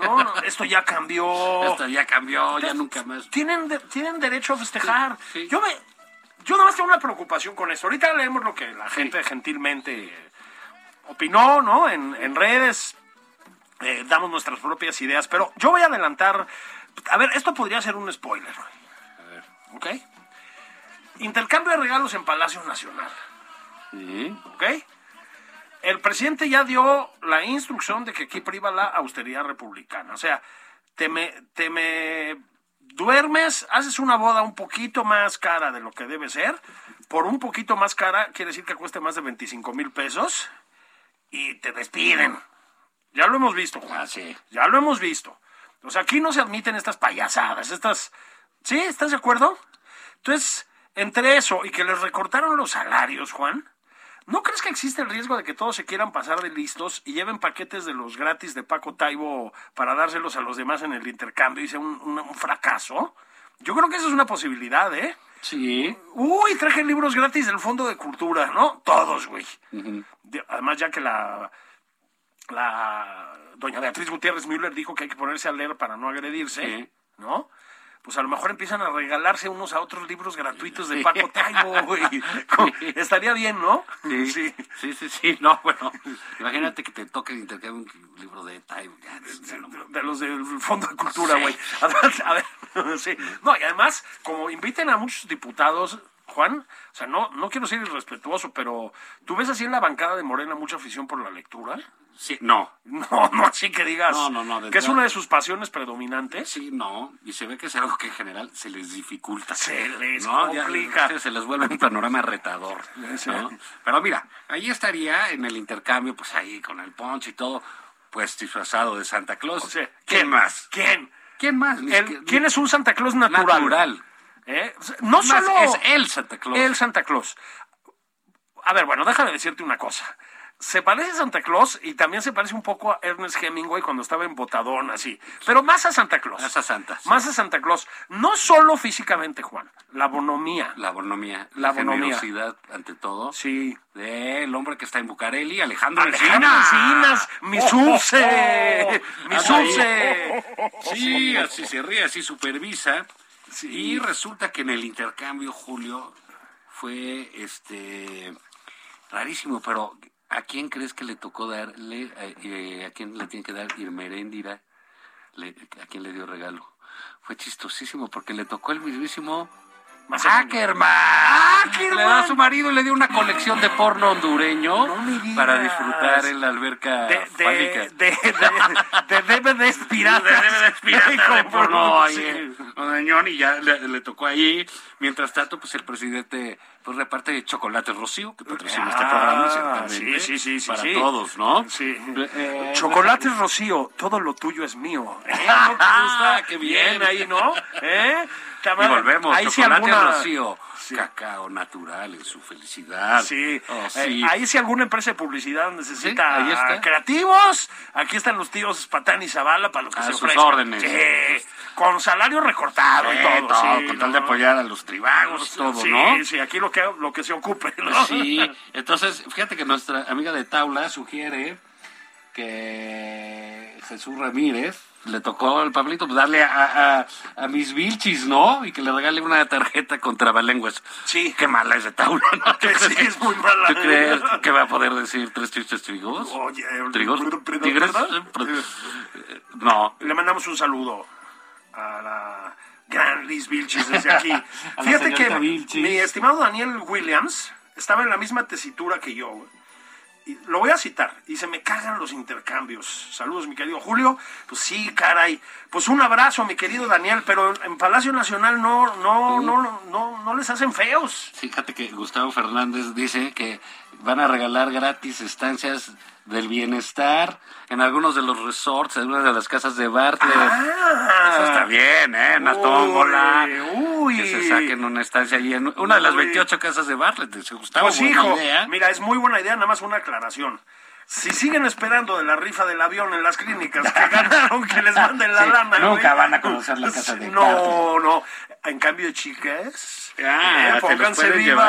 S2: No, no, esto ya cambió.
S3: Esto ya cambió, ya nunca más.
S2: Tienen, de- tienen derecho a festejar.
S3: Sí, sí.
S2: Yo me. Yo nada más tengo una preocupación con esto. Ahorita leemos lo que la gente gentilmente eh, opinó, ¿no? En, en redes, eh, damos nuestras propias ideas, pero yo voy a adelantar. A ver, esto podría ser un spoiler. A ver. ¿Ok? Intercambio de regalos en Palacio Nacional. ¿Ok? El presidente ya dio la instrucción de que aquí priva la austeridad republicana. O sea, te me, te me duermes, haces una boda un poquito más cara de lo que debe ser. Por un poquito más cara, quiere decir que cueste más de 25 mil pesos. Y te despiden. Ya lo hemos visto, Juan. Ya lo hemos visto. O sea, aquí no se admiten estas payasadas, estas... ¿Sí? ¿Estás de acuerdo? Entonces, entre eso y que les recortaron los salarios, Juan, ¿no crees que existe el riesgo de que todos se quieran pasar de listos y lleven paquetes de los gratis de Paco Taibo para dárselos a los demás en el intercambio y sea un, un- un fracaso? Yo creo que eso es una posibilidad, ¿eh?
S3: Sí.
S2: Uy, traje libros gratis del Fondo de Cultura, ¿no? Todos, güey. De- Además, ya que la, la doña Beatriz Gutiérrez Müller dijo que hay que ponerse a leer para no agredirse,
S3: Sí.
S2: ¿no? Pues a lo mejor empiezan a regalarse unos a otros libros gratuitos de Paco Taibo, güey. Como- Estaría bien, ¿no?
S3: Sí. sí, Ah, sí, sí, no, bueno, imagínate que te toque el intercambio un libro de Time, ya, ya no-
S2: de los del Fondo de Cultura,
S3: Sí.
S2: güey. Además, a ver, sí. No, y además, como inviten a muchos diputados, Juan, o sea, no, no quiero ser irrespetuoso, pero tú ves así en la bancada de Morena mucha afición por la lectura.
S3: sí, no,
S2: No, no así que digas.
S3: No, no, no, de
S2: Que es
S3: entrada.
S2: una de sus pasiones predominantes.
S3: sí, no, y se ve que es algo que en general se les dificulta.
S2: Se les
S3: Ya,
S2: complica.
S3: sí, se les vuelve un panorama retador.
S2: Sí.
S3: ¿no? Pero mira, ahí estaría en el intercambio, pues ahí con el poncho y todo, pues disfrazado de Santa Claus.
S2: O sea,
S3: ¿Quién más?
S2: ¿Quién?
S3: ¿Quién más? Ni
S2: El-
S3: siquiera-
S2: ¿Quién es un Santa Claus natural?
S3: Natural.
S2: ¿Eh? No
S3: Más,
S2: solo.
S3: es el Santa Claus.
S2: El Santa Claus. A ver, bueno, déjame decirte una cosa. Se parece a Santa Claus y también se parece un poco a Ernest Hemingway cuando estaba en Botadón, así. Pero más a Santa Claus.
S3: Más a Santa, sí.
S2: Más a Santa Claus. No solo físicamente, Juan. La bonomía.
S3: La bonomía,
S2: La
S3: la,
S2: bonomía.
S3: generosidad ante todo.
S2: Sí.
S3: Del hombre que está en Bucareli, Alejandro
S2: Alejandro
S3: Encinas. Oh,
S2: Encinas, mi Suse, mi
S3: Anda
S2: Suse.
S3: ahí. Sí, así se ríe, así supervisa. Y resulta que en el intercambio, Julio, fue este rarísimo, pero ¿a quién crees que le tocó darle? eh, eh, ¿A quién le tiene que dar Irmeréndira? Le- ¿A quién le dio regalo? Fue chistosísimo porque le tocó el mismísimo Ackerman.
S2: Ah,
S3: Le da a su marido y le dio una colección de porno hondureño para disfrutar en la alberca
S2: De,
S3: fálica.
S2: de, de, de, de DVDs piratas.
S3: pirata de
S2: Como-
S3: porno ahí,
S2: sí.
S3: eh, hondureñón, y ya le, le tocó ahí. Mientras tanto, pues el presidente pues reparte chocolates Rocío, que patrocina este
S2: Ah,
S3: programa, ciertamente,
S2: sí, sí, sí, sí,
S3: para
S2: sí.
S3: todos, ¿no?
S2: Sí.
S3: Eh,
S2: Chocolates Rocío, todo lo tuyo es mío. ¿Eh? ¿No te
S3: Ah,
S2: gusta?
S3: qué bien.
S2: ahí, ¿no? ¿Eh?
S3: Y volvemos,
S2: ahí sí
S3: chocolate
S2: alguna-
S3: Rocío, cacao natural en su felicidad.
S2: Sí.
S3: Oh,
S2: Eh,
S3: sí.
S2: ahí si alguna empresa de publicidad
S3: Sí, ahí
S2: necesita
S3: está.
S2: creativos, aquí están los tíos Patán y Zavala para lo que
S3: A
S2: se
S3: sus
S2: ofrezca.
S3: órdenes.
S2: Sí, con salario recortado y todo. sí,
S3: Eh, con tal
S2: ¿no?
S3: de apoyar a los tribagos, todo,
S2: sí,
S3: ¿no? Pues
S2: Sí, aquí lo que, lo que se ocupe, ¿no?
S3: Sí, entonces, fíjate que nuestra amiga de Taula sugiere que Jesús Ramírez le tocó al Pablito pues, darle a, a, a mis Vilchis, ¿no? Y que le regale una tarjeta con trabalenguas.
S2: Sí.
S3: Qué mala es de Taula, ¿no?
S2: Que sí, es muy mala.
S3: ¿Tú crees que va a poder decir tres chistes trigos?
S2: Oye,
S3: ¿Trigos?
S2: perdón,
S3: ¿Tigres? eh,
S2: perdón. Eh,
S3: No.
S2: Le mandamos un saludo a la gran Liz Vilchis desde aquí.
S3: la
S2: Fíjate que
S3: señorita Vilchis.
S2: mi estimado Daniel Williams estaba en la misma tesitura que yo. güey. Y lo voy a citar. Y se me cagan los intercambios. Saludos, mi querido Julio. Pues sí, caray. Pues un abrazo, mi querido Daniel. Pero en Palacio Nacional no, no, no, no, no les hacen feos.
S3: Fíjate que Gustavo Fernández dice que van a regalar gratis estancias del bienestar en algunos de los resorts, en algunas de las casas de Bartlett. Eso está bien, ¿eh? Una
S2: Ah, Uy,
S3: tómbola.
S2: uy.
S3: Que se saquen una estancia allí en una de las
S2: Uy.
S3: 28 casas de Bartlett. Dice Gustavo,
S2: Pues
S3: buena
S2: hijo,
S3: idea. ¿eh?
S2: mira, es muy buena idea, nada más una aclaración. Si siguen esperando de la rifa del avión en las clínicas que ganaron, que les manden la
S3: Sí,
S2: lana.
S3: nunca
S2: güey.
S3: van a conocer la casa de
S2: No, no. En cambio, chicas,
S3: Ah, te los
S2: pónganse
S3: pueden
S2: vivas.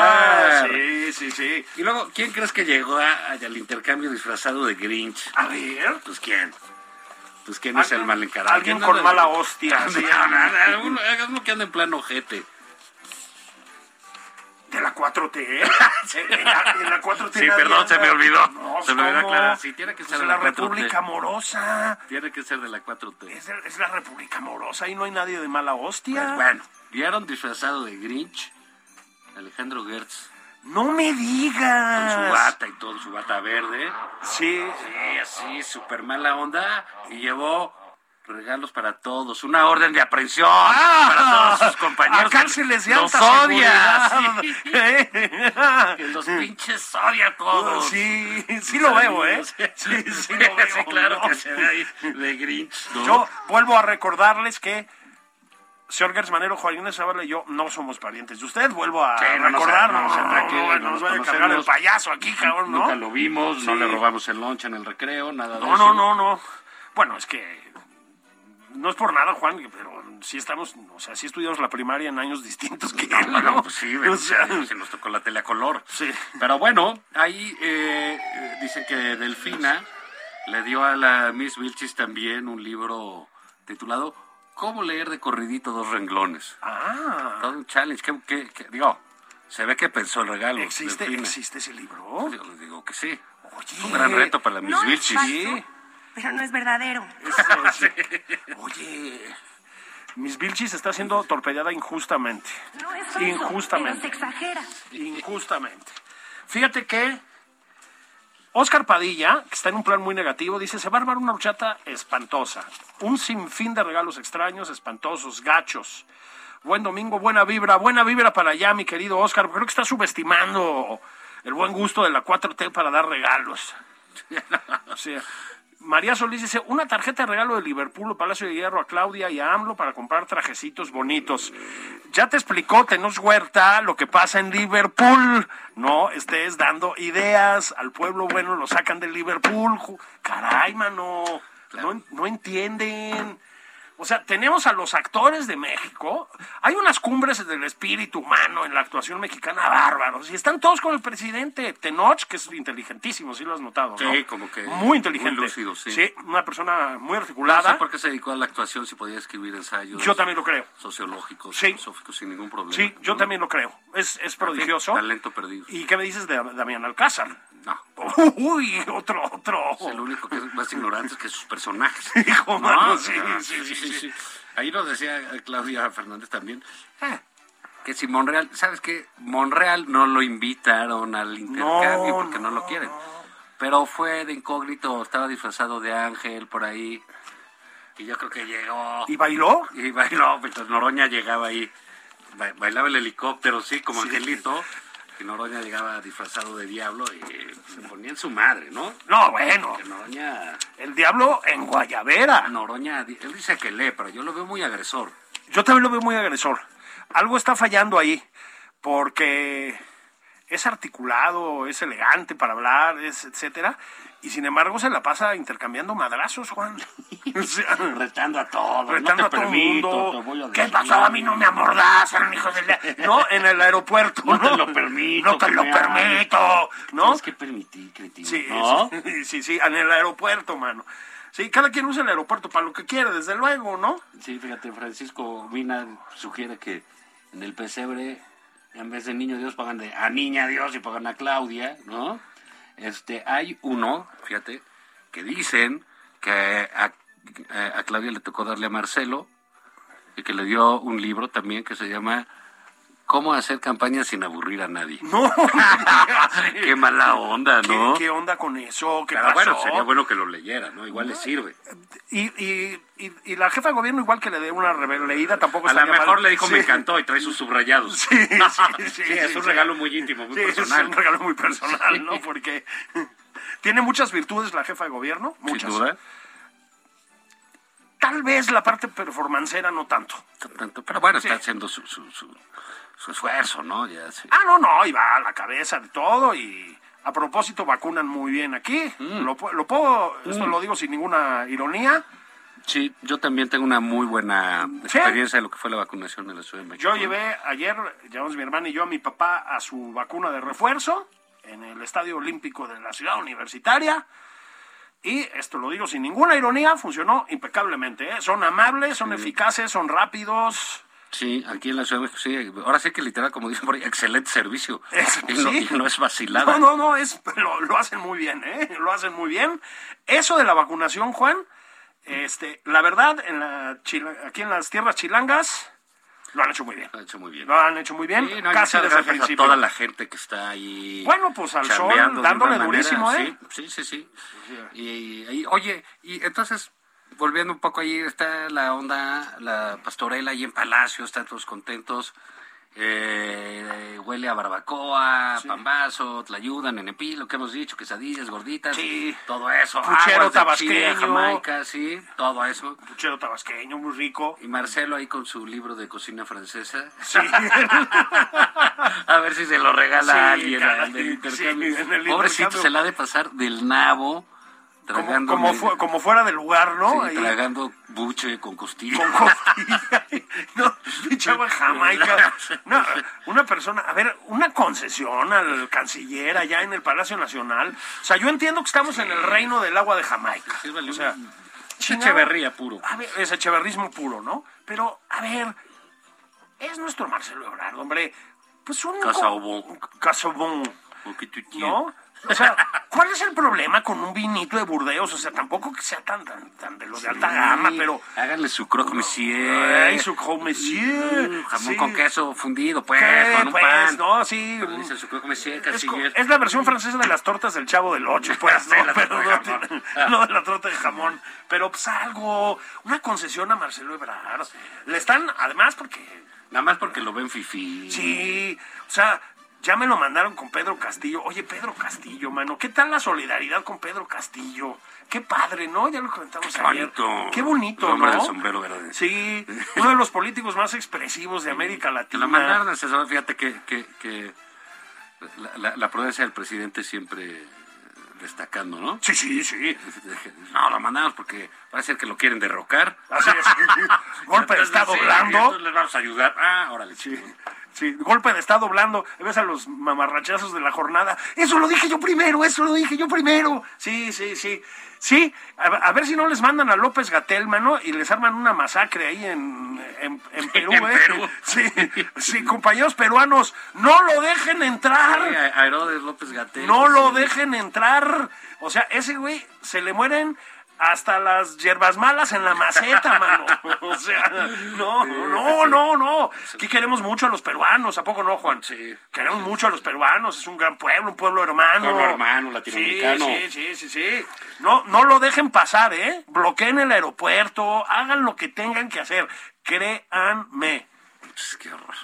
S3: llevar.
S2: Sí, sí, sí.
S3: Y luego, ¿quién crees que llegó a- al intercambio disfrazado de Grinch?
S2: A ver.
S3: Pues quién. Pues quién es el
S2: Alguien-
S3: mal encarado.
S2: alguien
S3: ¿Quién
S2: con
S3: anda-
S2: mala hostia,
S3: No,
S2: sí.
S3: no, no, uno- uno que anda en plan ojete.
S2: De la 4T. Sí, en la, en la 4T
S3: Sí,
S2: nadie
S3: perdón,
S2: anda.
S3: se me olvidó.
S2: No,
S3: Se me olvidó
S2: ¿cómo?
S3: aclarar. Sí, tiene que
S2: Pues
S3: ser
S2: es
S3: de
S2: la,
S3: la 4T.
S2: República Amorosa.
S3: Tiene que ser de la 4T.
S2: Es, de- es la República Amorosa y no hay nadie de mala hostia.
S3: Pues bueno, vieron disfrazado de Grinch Alejandro Gertz
S2: No me
S3: con
S2: digas.
S3: su bata y todo, su bata verde.
S2: Sí.
S3: Sí, así, súper mala onda. Y llevó regalos para todos, una orden de aprehensión para todos sus compañeros.
S2: Ah. A cárceles de
S3: Los
S2: alta
S3: odia. sí.
S2: seguridad.
S3: Que Los pinches odia a todos.
S2: Uh, Sí, sí lo veo, ¿eh?
S3: Sí,
S2: Sí, sí lo veo.
S3: claro
S2: ¿no?
S3: que se ve ahí de Grinch. ¿no?
S2: Yo vuelvo a recordarles que señor Gersmanero, Joaquín Zavala y yo no somos parientes de usted. Vuelvo a
S3: Sí, no nos-
S2: recordarnos.
S3: no nos-
S2: No,
S3: tranquilo,
S2: no,
S3: no
S2: nos
S3: nos
S2: vaya a cargar
S3: conocemos.
S2: el payaso aquí, cabrón, ¿no?
S3: Nunca lo vimos, no
S2: Sí.
S3: le robamos el lunch en el recreo, nada de
S2: No,
S3: eso.
S2: no, no, no. Bueno, es que no es por nada, Juan, pero sí estamos, o sea, sí estudiamos la primaria en años distintos que él,
S3: Bueno,
S2: ¿no?
S3: pues sí,
S2: O sea,
S3: se, se nos tocó la tele a color.
S2: Sí.
S3: Pero bueno, ahí eh, eh, dicen que Delfina le dio a la Miss Vilchis también un libro titulado ¿Cómo leer de corridito dos renglones?
S2: Ah,
S3: Todo un challenge. que digo, se ve que pensó el regalo.
S2: ¿existe,
S3: Delfina.
S2: existe ese libro?
S3: Digo, digo que sí.
S2: Oye.
S3: Un gran reto para la Miss
S5: No es
S3: Vilchis.
S5: falso, pero no es verdadero.
S2: Oye, Miss Vilchis está siendo torpedeada injustamente.
S5: No es falso,
S2: Injustamente.
S5: pero se exagera.
S2: Injustamente. Fíjate que Oscar Padilla, que está en un plan muy negativo, dice, se va a armar una horchata espantosa. Un sinfín de regalos extraños, espantosos, gachos. Buen domingo, buena vibra, buena vibra para allá, mi querido Oscar. Creo que está subestimando el buen gusto de la 4T para dar regalos. O sea, María Solís dice, una tarjeta de regalo de Liverpool o Palacio de Hierro a Claudia y a AMLO para comprar trajecitos bonitos. Ya te explicó, Tenos Huerta, lo que pasa en Liverpool. No estés dando ideas al pueblo bueno, lo sacan de Liverpool. Ju- Caray, mano, Pues no, no entienden. O sea, tenemos a los actores de México. Hay unas cumbres del espíritu humano en la actuación mexicana bárbaros. Y están todos con el presidente Tenoch, que es inteligentísimo, sí lo has notado.
S3: Sí,
S2: ¿no?
S3: como que
S2: Muy inteligente.
S3: muy lúcido, sí.
S2: una persona muy
S3: No sé
S2: articulada.
S3: por qué se dedicó a la actuación si podía escribir ensayos.
S2: Yo también lo creo.
S3: Sociológicos,
S2: Sí.
S3: filosóficos, sin ningún problema.
S2: Sí, yo
S3: ¿no? Ah,
S2: también lo creo. Es, es prodigioso.
S3: Talento perdido.
S2: ¿Y qué me dices de Damián Alcázar?
S3: No.
S2: Uy, otro, otro.
S3: Es el único que es más ignorante que sus personajes.
S2: Hijo, mano, sí,
S3: Ah,
S2: sí, sí, sí.
S3: Ahí nos decía eh, Claudia Fernández también ah, que si Monreal, ¿sabes qué? Monreal no lo invitaron al intercambio
S2: No,
S3: porque no. lo quieren. Pero fue de incógnito, estaba disfrazado de ángel por ahí. Y yo creo que llegó.
S2: ¿Y bailó?
S3: Y bailó, mientras Noroña llegaba ahí. Ba- Bailaba el helicóptero, sí, como angelito. Y Noroña llegaba disfrazado de diablo y se ponía en su madre, ¿no?
S2: No, bueno.
S3: Que Noroña,
S2: El diablo en Guayabera.
S3: Noroña, di- él dice que lee, pero yo lo veo muy agresor.
S2: Yo también lo veo muy agresor. Algo está fallando ahí, porque es articulado, es elegante para hablar, es etcétera, y sin embargo se la pasa intercambiando madrazos, Juan. O sea,
S3: Retando a todos,
S2: retando
S3: no
S2: a
S3: te
S2: todo el
S3: permito,
S2: mundo.
S3: te voy a
S2: ¿Qué
S3: decir.
S2: pasó? A mí no me amordazaron, hijo de la... No, en el aeropuerto.
S3: No te lo permito,
S2: No te
S3: que
S2: lo
S3: me
S2: permito. ¿No?
S3: Tienes que permitir, cretino,
S2: Sí,
S3: ¿no?
S2: sí, sí, sí, en el aeropuerto, mano. Sí, cada quien usa el aeropuerto para lo que quiere, desde luego, ¿no?
S3: Sí, fíjate, Francisco Mina sugiere que en el pesebre, en vez de niño Dios, pagan de, a niña Dios y pagan a Claudia, ¿no? Este, hay uno, fíjate, que dicen que a, a- a Claudia le tocó darle a Marcelo y que le dio un libro también que se llama ¿Cómo hacer campaña sin aburrir a nadie?
S2: No.
S3: Qué mala onda,
S2: ¿Qué,
S3: ¿no?
S2: qué onda con eso? ¿Qué
S3: Pero
S2: pasó?
S3: bueno, sería bueno que lo leyera, ¿no? Igual le sirve.
S2: y, y, y, y la jefa de gobierno, igual que le dé una reve- leída, tampoco
S3: A lo
S2: estaría
S3: mejor
S2: mal.
S3: le dijo
S2: Sí.
S3: me encantó y trae sus subrayados.
S2: Sí, sí, sí, sí,
S3: es un
S2: sí.
S3: regalo muy íntimo, muy
S2: Sí,
S3: personal.
S2: Es un regalo muy personal, ¿no? Porque tiene muchas virtudes la jefa de gobierno, muchas.
S3: Sin duda.
S2: Tal vez la parte performancera no tanto.
S3: Tanto- Pero bueno, está
S2: Sí.
S3: haciendo su, su, su, su esfuerzo, ¿no? Ya, sí.
S2: Ah, no, no, y va a la cabeza de todo y a propósito vacunan muy bien aquí.
S3: Mm.
S2: Lo, pu- lo puedo, esto lo digo sin ninguna ironía.
S3: Sí, yo también tengo una muy buena
S2: Sí.
S3: experiencia de lo que fue la vacunación de la Ciudad de México.
S2: Yo llevé ayer, llevamos mi hermana y yo a mi papá a su vacuna de refuerzo en el Estadio Olímpico de la Ciudad Universitaria. Y esto lo digo sin ninguna ironía, funcionó impecablemente. ¿eh? Son amables, son eficaces, son rápidos.
S3: Sí, aquí en la Ciudad de México, sí. Ahora sí que literal, como dicen por ahí, excelente servicio.
S2: Es-
S3: y, no,
S2: sí.
S3: y no es vacilada.
S2: No, no, no, es, lo, lo hacen muy bien, ¿eh? Lo hacen muy bien. Eso de la vacunación, Juan, este, la verdad, en la Chila- aquí en las tierras chilangas, lo han hecho muy bien.
S3: Lo ha hecho muy bien.
S2: Lo han hecho muy bien,
S3: Sí, no,
S2: casi
S3: muchas
S2: desde el
S3: gracias
S2: principio.
S3: a toda la gente que está ahí.
S2: Bueno, pues, al sol,
S3: chambeando de
S2: dándole
S3: una manera,
S2: durísimo,
S3: sí,
S2: ¿eh?
S3: Sí, sí, sí. Y, y- oye, y entonces, volviendo un poco ahí, está la onda, la pastorela ahí en Palacio, están todos contentos. Eh, huele a barbacoa, pambazo, tlayuda, nenepí, lo que hemos dicho, quesadillas, gorditas,
S2: Sí.
S3: todo eso.
S2: Puchero
S3: aguas de
S2: tabasqueño.
S3: chile, Jamaica, sí, todo eso.
S2: Puchero tabasqueño, muy rico.
S3: Y Marcelo ahí con su libro de cocina francesa.
S2: Sí.
S3: A ver si se lo regala
S2: Sí,
S3: a alguien
S2: caray,
S3: al del intercambio.
S2: sí, en el
S3: Pobrecito,
S2: intercambio.
S3: se la ha de pasar del nabo,
S2: como,
S3: tragando,
S2: como, fu- como fuera de lugar,
S3: sí,
S2: ¿no? Ahí,
S3: tragando buche con costilla.
S2: con costilla. no, pinche agua en Jamaica. No, una persona, a ver, una concesión al canciller allá en el Palacio Nacional. O sea, yo entiendo que estamos en el reino del agua de Jamaica.
S3: Sí, vale,
S2: o sea,
S3: un-
S2: chingado.
S3: Echeverría puro.
S2: A ver, es echeverrismo puro, ¿no? Pero, a ver, es nuestro Marcelo Ebrard, hombre. Pues un...
S3: Casaubon.
S2: un Casaubon.
S3: Poquititito.
S2: ¿No? O sea, ¿cuál es el problema con un vinito de Burdeos? O sea, tampoco que sea tan, tan, tan de los de alta gama,
S3: Sí,
S2: pero...
S3: Háganle su croque monsieur.
S2: Ay, su croque monsieur.
S3: Mm, jamón
S2: Sí.
S3: con queso fundido, pues,
S2: ¿Qué?
S3: con un
S2: Pues,
S3: pan.
S2: no, sí.
S3: Como dice su croque monsieur,
S2: Es, co-
S3: canciller.
S2: es la versión francesa de las tortas del Chavo del Ocho, pues,
S3: Sí,
S2: ¿no?
S3: la
S2: Pero
S3: torta de
S2: no,
S3: jamón.
S2: tiene- no de la torta de jamón. Pero, pues, algo, una concesión a Marcelo Ebrard. Le están, además, porque
S3: Nada más porque lo ven fifí.
S2: Sí, o sea, ya me lo mandaron con Pedro Castillo. Oye, Pedro Castillo, mano, ¿qué tal la solidaridad con Pedro Castillo? Qué padre, ¿no? Ya lo comentamos
S3: Qué
S2: ayer.
S3: bonito.
S2: Qué bonito,
S3: El hombre
S2: ¿no?
S3: del sombrero verde.
S2: Sí, uno de los políticos más expresivos de América
S3: Te
S2: Latina.
S3: la mandaron a César, fíjate que, que- que la, la- la prudencia del presidente siempre eh, destacando, ¿no?
S2: Sí, sí, sí.
S3: No, la mandamos porque parece que lo quieren derrocar.
S2: Así es. Golpe de Estado blando.
S3: Entonces les vamos a ayudar. Ah, órale,
S2: Sí,
S3: chido.
S2: sí, golpe de estado blando. Ves a los mamarrachazos de la jornada. Eso lo dije yo primero, eso lo dije yo primero. Sí, sí, sí. Sí, a, a ver si no les mandan a López Gatel, mano, y les arman una masacre ahí en, en- en Perú,
S3: En
S2: ¿eh?
S3: Perú.
S2: Sí, sí, compañeros peruanos, no lo dejen
S3: Sí,
S2: entrar.
S3: a- a Herodes López Gatel.
S2: No lo dejen entrar. O sea, ese güey se le mueren hasta las hierbas malas en la maceta, mano. O sea, no, no, no, no. Aquí queremos mucho a los peruanos, ¿a poco no, Juan?
S3: Sí.
S2: Queremos mucho a los peruanos, es un gran pueblo, un pueblo hermano.
S3: Pueblo hermano, latinoamericano.
S2: Sí, sí, sí, sí, sí. No, no lo dejen pasar, ¿eh? Bloqueen el aeropuerto, hagan lo que tengan que hacer. Créanme.
S3: Pues, qué horror.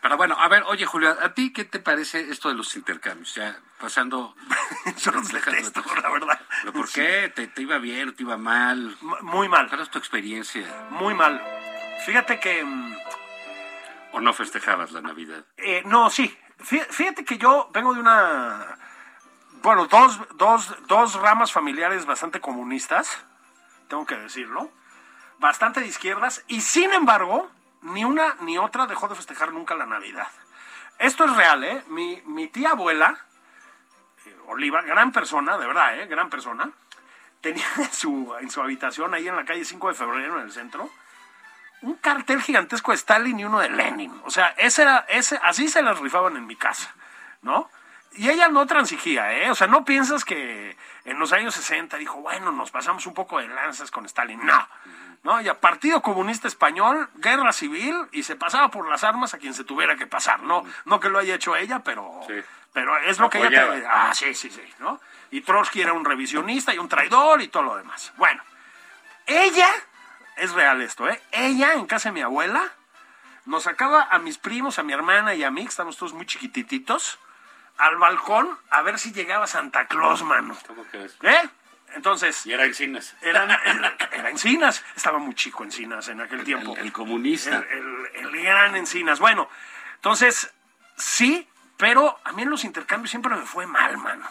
S3: Pero bueno, a ver, oye, Julio, ¿a ti qué te parece esto de los intercambios? Ya pasando...
S2: Yo los detesto, la verdad.
S3: ¿Pero por qué? ¿Te, te iba bien? ¿Te iba mal?
S2: M- Muy mal.
S3: ¿Cuál es tu experiencia?
S2: Muy mal. Fíjate que. mm,
S3: ¿O no festejabas la Navidad?
S2: eh, no, sí. Fí- Fíjate que yo vengo de una. Bueno, dos, dos, dos ramas familiares bastante comunistas, tengo que decirlo. Bastante de izquierdas. Y sin embargo, ni una ni otra dejó de festejar nunca la Navidad. Esto es real, ¿eh? Mi, mi tía abuela, eh, Oliva, gran persona, de verdad, ¿eh? Gran persona. Tenía en su, en su habitación, ahí en la calle 5 de febrero, en el centro, un cartel gigantesco de Stalin y uno de Lenin. O sea, ese era, ese, así se las rifaban en mi casa, ¿no? Y ella no transigía, ¿eh? O sea, no piensas que en los años 60 dijo, bueno, nos pasamos un poco de lanzas con Stalin. No, ¿no? Ya Partido Comunista Español, guerra civil, y se pasaba por las armas a quien se tuviera que pasar, ¿no? No que lo haya hecho ella, pero,
S3: Sí.
S2: pero es lo que ella te...
S3: Apoyaba.
S2: Ah, sí, sí, sí, ¿no? Y Trotsky era un revisionista y un traidor y todo lo demás. Bueno, ella, es real esto, ¿eh? Ella en casa de mi abuela nos sacaba a mis primos, a mi hermana y a mí, que estamos todos muy chiquititos, al balcón a ver si llegaba Santa Claus, mano.
S3: ¿Cómo que es?
S2: ¿Eh? Entonces,
S3: Y era Encinas.
S2: eran, era, era Encinas. Estaba muy chico Encinas en aquel tiempo.
S3: El, el comunista.
S2: El, el- el gran Encinas. Bueno, entonces, sí, pero a mí en los intercambios siempre me fue mal, mano.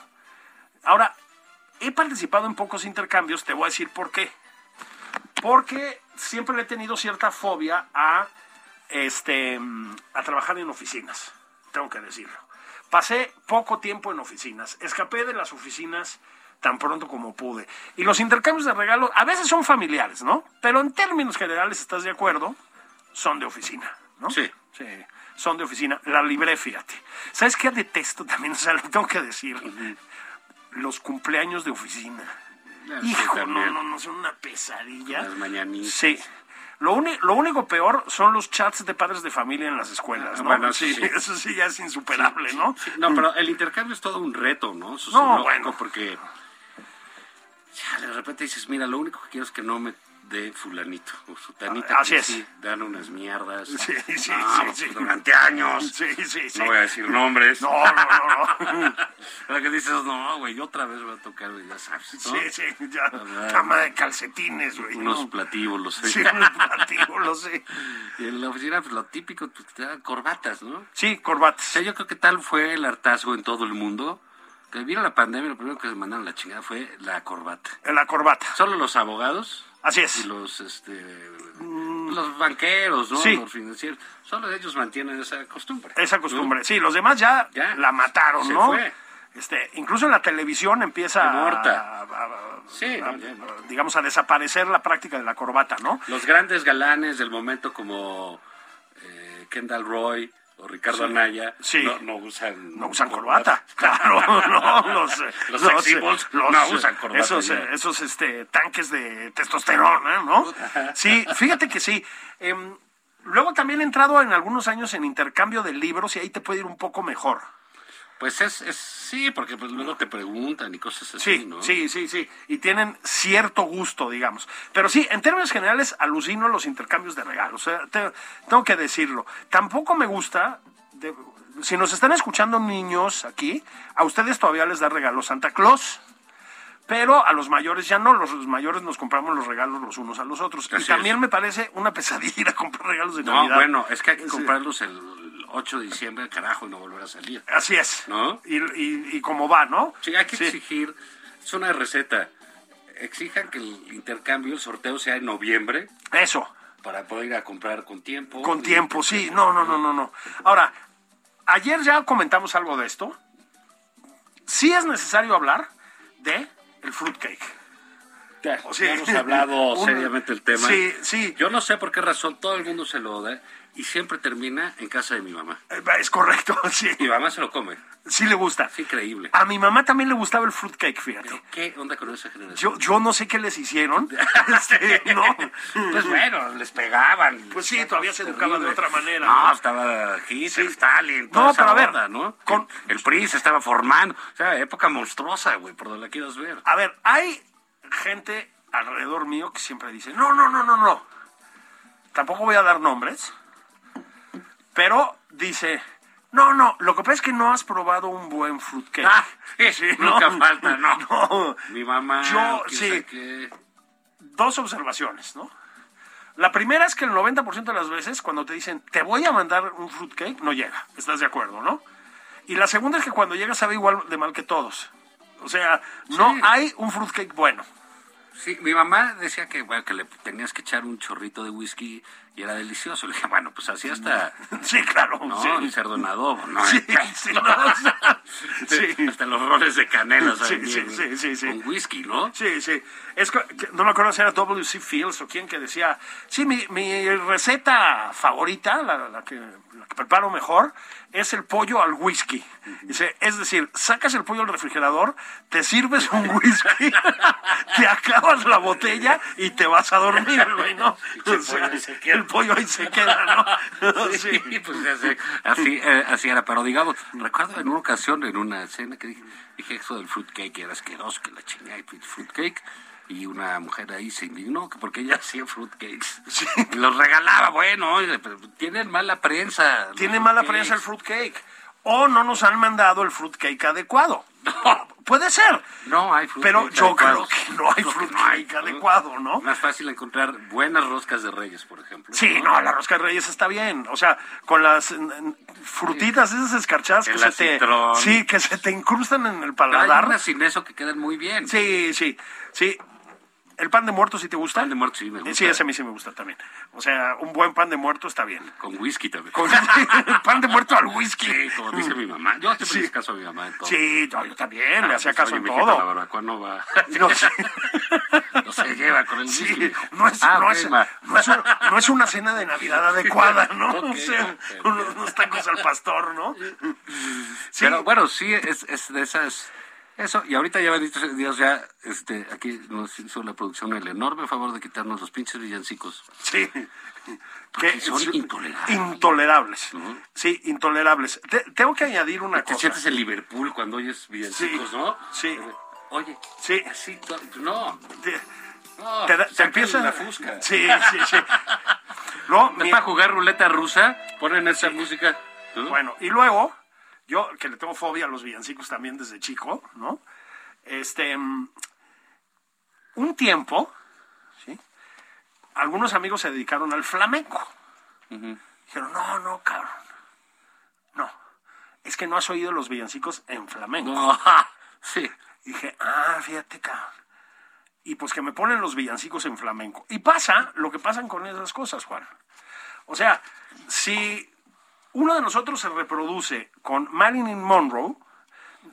S2: Ahora, he participado en pocos intercambios, te voy a decir por qué. Porque siempre le he tenido cierta fobia a, este, mm, a trabajar en oficinas, tengo que decirlo. Pasé poco tiempo en oficinas, escapé de las oficinas tan pronto como pude. Y los intercambios de regalos a veces son familiares, ¿no? Pero en términos generales, ¿estás de acuerdo? son de oficina, ¿no?
S3: Sí.
S2: Sí, son de oficina. La libré, fíjate. ¿Sabes qué detesto también? O sea, lo tengo que decir. Los cumpleaños de oficina.
S3: sí,
S2: Hijo, no,
S3: también.
S2: no, no, son una pesadilla.
S3: Las mañanitas.
S2: Sí. Lo, uni- lo único peor son los chats de padres de familia en las escuelas, ¿no?
S3: Ah, bueno, eso sí.
S2: Eso sí ya es insuperable, ¿no?
S3: Sí, No, pero el intercambio es todo un reto, ¿no? Eso es
S2: mm. No,
S3: un loco,
S2: bueno.
S3: Porque ya, de repente dices, mira, lo único que quiero es que no me dé fulanito o sutanita.
S2: Ah, así
S3: que
S2: es.
S3: Sí, dan unas mierdas.
S2: Sí, sí, sí,
S3: Ah,
S2: sí.
S3: Durante años.
S2: Sí, sí, sí.
S3: No voy a decir nombres.
S2: No, no, no, no.
S3: Pero que dices, no, güey, otra vez voy a tocar, güey, ya sabes, ¿no?
S2: Sí, sí, ya.
S3: Verdad.
S2: Cama de calcetines, güey.
S3: Unos
S2: ¿no?
S3: platíbulos.
S2: Sí, unos platillos, lo sé.
S3: Y en la oficina, pues lo típico, pues, te dan corbatas, ¿no?
S2: Sí,
S3: O
S2: corbatas.
S3: sea, yo creo que tal fue el hartazgo en todo el mundo. Que vino la pandemia, lo primero que se mandaron a la chingada fue la corbata.
S2: La corbata.
S3: Solo los abogados
S2: Así
S3: y
S2: es.
S3: los este los banqueros, ¿no?
S2: Mm. Sí.
S3: Los financieros. Solo ellos mantienen esa costumbre.
S2: Esa costumbre. Sí, los demás ya,
S3: Ya.
S2: la mataron,
S3: Se
S2: ¿no?
S3: fue.
S2: Este, incluso en la televisión empieza
S3: Está muerta.
S2: a- a- a-
S3: Sí,
S2: a-
S3: no, ya, no.
S2: digamos, a desaparecer la práctica de la corbata, ¿no?
S3: Los grandes galanes del momento como eh, Kendall Roy o Ricardo Anaya
S2: Sí.
S3: No, no usan
S2: No usan corbata, claro, no, los, eh,
S3: Los
S2: los,
S3: sex
S2: eh,
S3: symbols
S2: los,
S3: no
S2: eh,
S3: usan corbata
S2: Esos,
S3: ya.
S2: eh, esos este, tanques de testosterona, ¿no? Sí, fíjate que sí. Em, luego también he entrado en algunos años en intercambio de libros y ahí te puede ir un poco mejor.
S3: Pues es, es- sí, porque pues luego te preguntan y cosas así,
S2: Sí,
S3: ¿no?
S2: sí, sí, sí. Y tienen cierto gusto, digamos. Pero sí, en términos generales, alucino los intercambios de regalos. eh, te- tengo que decirlo. Tampoco me gusta. de- si nos están escuchando niños aquí, a ustedes todavía les da regalos Santa Claus. Pero a los mayores ya no, los, los mayores nos compramos los regalos los unos a los otros.
S3: Así
S2: y también
S3: es.
S2: me parece una pesadilla ir a comprar regalos de
S3: No,
S2: Navidad.
S3: bueno, es que hay que
S2: Sí.
S3: comprarlos el 8 de diciembre, carajo, y no volver a salir.
S2: Así es.
S3: ¿No?
S2: Y, y, y como va, ¿no?
S3: Sí, hay que exigir, es una receta, exijan que el intercambio, el sorteo sea en noviembre
S2: Eso.
S3: para poder ir a comprar con tiempo.
S2: Con
S3: Y-
S2: tiempo, sí. No, no, no, no, no. Ahora, ayer ya comentamos algo de esto. Sí es necesario hablar de el fruitcake.
S3: Ya,
S2: O sea,
S3: ya hemos hablado
S2: un-
S3: seriamente el tema.
S2: Sí, sí.
S3: Yo no sé por qué razón todo el mundo se lo da y siempre termina en casa de mi mamá.
S2: Eh, Es correcto, sí.
S3: Mi mamá se lo come,
S2: Sí le gusta.
S3: es increíble.
S2: A mi mamá también le gustaba el fruitcake, fíjate.
S3: ¿Qué onda con esa generación?
S2: Yo, yo no sé qué les hicieron. Este, no.
S3: Pues bueno, les pegaban.
S2: Pues sí, todavía se
S3: Terrible.
S2: educaba de otra manera,
S3: No,
S2: ¿no?
S3: estaba Hitler, Stalin, toda
S2: No,
S3: esa
S2: pero a ver,
S3: onda, ¿no?
S2: con-
S3: El PRI se estaba formando. O sea, época monstruosa, güey, por donde la quieras ver.
S2: A ver, hay gente alrededor mío que siempre dice, no, no, no, no, no. Tampoco voy a dar nombres, pero dice, no, no, lo que pasa es que no has probado un buen fruitcake.
S3: Ah, sí, nunca falta, no.
S2: No.
S3: Mi mamá.
S2: Yo,
S3: quién
S2: sí.
S3: sabe qué.
S2: Dos observaciones, ¿no? La primera es que el 90% de las veces cuando te dicen, te voy a mandar un fruitcake, no llega. ¿Estás de acuerdo, no? Y la segunda es que cuando llega sabe igual de mal que todos. O sea, no
S3: Sí.
S2: hay un fruitcake bueno.
S3: Sí, mi mamá decía que, bueno, que le tenías que echar un chorrito de whisky y era delicioso. Le dije, bueno, pues así hasta.
S2: Sí, claro.
S3: No,
S2: sí.
S3: un cerdo en adobo, ¿no?
S2: Sí, sí, no, o sea, sí.
S3: Hasta los roles de canela, ¿sabes?
S2: Sí, sí, sí, sí, sí.
S3: Con whisky, ¿no?
S2: Sí, sí. Es que, que- no me acuerdo si era W.C. Fields o quién que decía, sí, mi, mi receta favorita, la, la que, la que preparo mejor, es el pollo al whisky. Dice, es decir, sacas el pollo al refrigerador, te sirves un whisky, te acabas la botella y te vas a dormir, güey, ¿no?
S3: Pinche pollo ahí se queda.
S2: El pollo ahí se queda, ¿no?
S3: Sí, pues así, así, eh, así era. Pero digamos, recuerdo en una ocasión, en una cena, que dije, dije eso del fruitcake era asqueroso, que la chingada, el fruitcake. Y una mujer ahí se indignó que porque ella hacía fruitcakes. Y los regalaba, bueno, oye, pero tienen mala prensa. los
S2: Tiene mala
S3: fruitcakes.
S2: prensa el fruitcake. O no nos han mandado el fruitcake adecuado. Puede ser.
S3: No hay fruitcake.
S2: Pero yo
S3: adecuados.
S2: creo que no hay
S3: Creo que
S2: fruitcake adecuado, ¿no?
S3: Más fácil encontrar buenas roscas de reyes, por ejemplo.
S2: Sí, no, la rosca de reyes está bien. O sea, con las mm, mm, frutitas esas escarchadas que
S3: El
S2: se, te,
S3: acitrón.
S2: sí, que se te incrustan en el
S3: Pero hay
S2: paladar.
S3: unas sin eso que quedan muy bien.
S2: Sí, sí, sí. ¿El pan de muerto sí te gusta?
S3: Pan de muerto sí me gusta.
S2: Sí, ese a mí sí me gusta también. O sea, un buen pan de muerto está bien.
S3: Con whisky también.
S2: Con pan de muerto al whisky.
S3: Sí, como dice mi mamá. Yo siempre le hice caso a mi mamá en todo.
S2: Sí, yo, yo también,
S3: Ah,
S2: le hacía
S3: pues,
S2: caso
S3: oye,
S2: en
S3: mijito, La
S2: todo.
S3: barbacoa no va.
S2: No, sí.
S3: No se lleva con el
S2: Sí,
S3: whisky. mijo.
S2: no es,
S3: Ah,
S2: no,
S3: ok,
S2: es,
S3: ma.
S2: no es una, no es una cena de Navidad adecuada, ¿no?
S3: Ok,
S2: o sea,
S3: ok.
S2: unos, unos tacos al pastor, ¿no? Sí,
S3: Pero bueno, sí, es, es de esas. Eso, y ahorita ya bendito sea Dios, ya este, aquí nos hizo la producción el enorme favor de quitarnos los pinches villancicos.
S2: sí.
S3: Porque son intolerables.
S2: Intolerables. Sí, intolerables. Te- tengo que añadir una
S3: Te
S2: cosa.
S3: sientes en Liverpool cuando oyes villancicos,
S2: Sí,
S3: ¿no? Eh,
S2: sí.
S3: Oye,
S2: Sí.
S3: así, to- no.
S2: Te-
S3: no
S2: te, da- te
S3: saquen
S2: empieza
S3: la fusca.
S2: Sí, sí, sí. No,
S3: Es
S2: mi-
S3: para jugar ruleta rusa, ponen esa música. ¿no?
S2: Bueno, y luego, yo que le tengo fobia a los villancicos también desde chico, ¿no? Este, mm, un tiempo, ¿sí? Algunos amigos se dedicaron al flamenco. Dijeron, no, no, cabrón. No, es que no has oído los villancicos en flamenco.
S3: No, sí.
S2: Y dije, ah, fíjate, cabrón. Y pues que me ponen los villancicos en flamenco. Y pasa lo que pasan con esas cosas, Juan. O sea, si uno de nosotros se reproduce con Marilyn Monroe,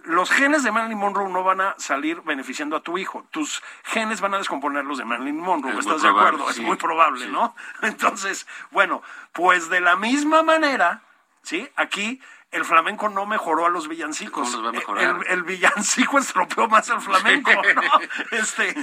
S2: los genes de Marilyn Monroe no van a salir beneficiando a tu hijo. Tus genes van a descomponer los de Marilyn Monroe.
S3: Es muy
S2: ¿Estás de
S3: probable,
S2: acuerdo?
S3: sí,
S2: es muy probable,
S3: sí.
S2: ¿no? Entonces, bueno, pues de la misma manera, ¿sí? Aquí el flamenco no mejoró a los villancicos. Eh,
S3: No los va a mejorar.
S2: El- el villancico estropeó más al flamenco, ¿no? Este,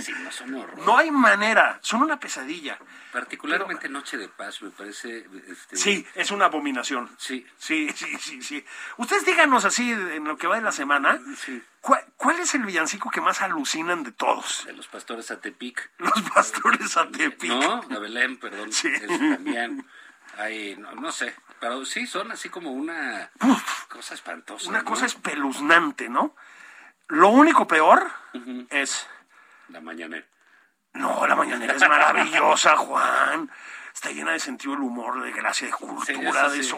S2: no hay manera, son una pesadilla.
S3: Particularmente Noche de Paz, me parece. Este,
S2: Sí, es una abominación.
S3: Sí.
S2: Sí, sí, sí, sí. Ustedes díganos así en lo que va de la semana,
S3: Sí.
S2: ¿cuál, cuál es el villancico que más alucinan de todos?
S3: De los pastores a Tepic.
S2: Los pastores a Tepic.
S3: Eh, No, la Belén, perdón.
S2: Sí.
S3: eso también. Ay, no, no sé. Pero sí, son así como una cosa espantosa.
S2: Una
S3: ¿no?
S2: cosa espeluznante, ¿no? Lo único peor es...
S3: La mañana.
S2: No, la mañanera es maravillosa, Juan. Está llena de sentido del humor, de gracia, de cultura,
S3: eso
S2: de
S3: sí.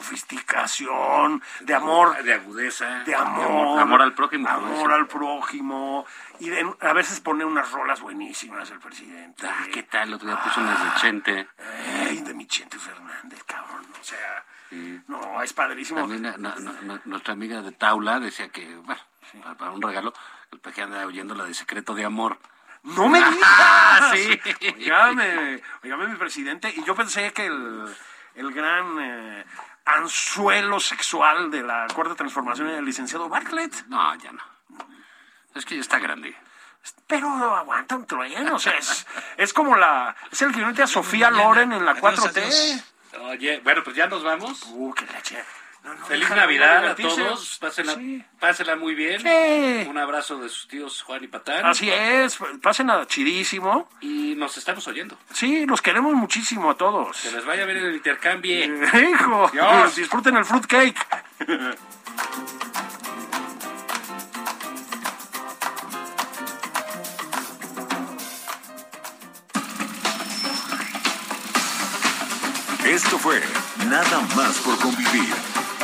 S2: sofisticación, de amor,
S3: De agudeza.
S2: de amor,
S3: Amor al prójimo. pues. como
S2: amor
S3: dicen.
S2: al prójimo. Y de- a veces pone unas rolas buenísimas el presidente.
S3: Ah, ¿qué tal? El otro día puso unas de Chente.
S2: Ay, de Michente Fernández, cabrón. O sea, no, es padrísimo.
S3: También la- na- na- na- nuestra amiga de Taula decía que, bueno, para, para un regalo, el peje anda oyendo la de Secreto de Amor.
S2: ¡No me digas!
S3: Ah, sí.
S2: Oígame, oígame, mi presidente. Y yo pensé que el, el gran eh, anzuelo sexual de la cuarta transformación era el licenciado Bartlett.
S3: No, ya no. Es que ya está grande.
S2: Pero aguanta un trueno. O sea, es, es como la. Es el guionete a Sofía Loren en la 4T.
S3: Oye, bueno, pues ya nos vamos.
S2: Uh, qué leche. No, no,
S3: Feliz
S2: déjame
S3: Navidad a
S2: divertirse.
S3: todos. Pásenla,
S2: Sí.
S3: pásenla muy bien.
S2: Sí. Ah,
S3: Un abrazo de sus tíos Juan y Patán.
S2: Así es, pasen a chidísimo.
S3: Y nos estamos oyendo.
S2: Sí, los queremos muchísimo a todos.
S3: Que les vaya bien el intercambio.
S2: Hijo,
S3: Dios.
S2: disfruten el fruitcake.
S1: Esto fue Nada más por convivir.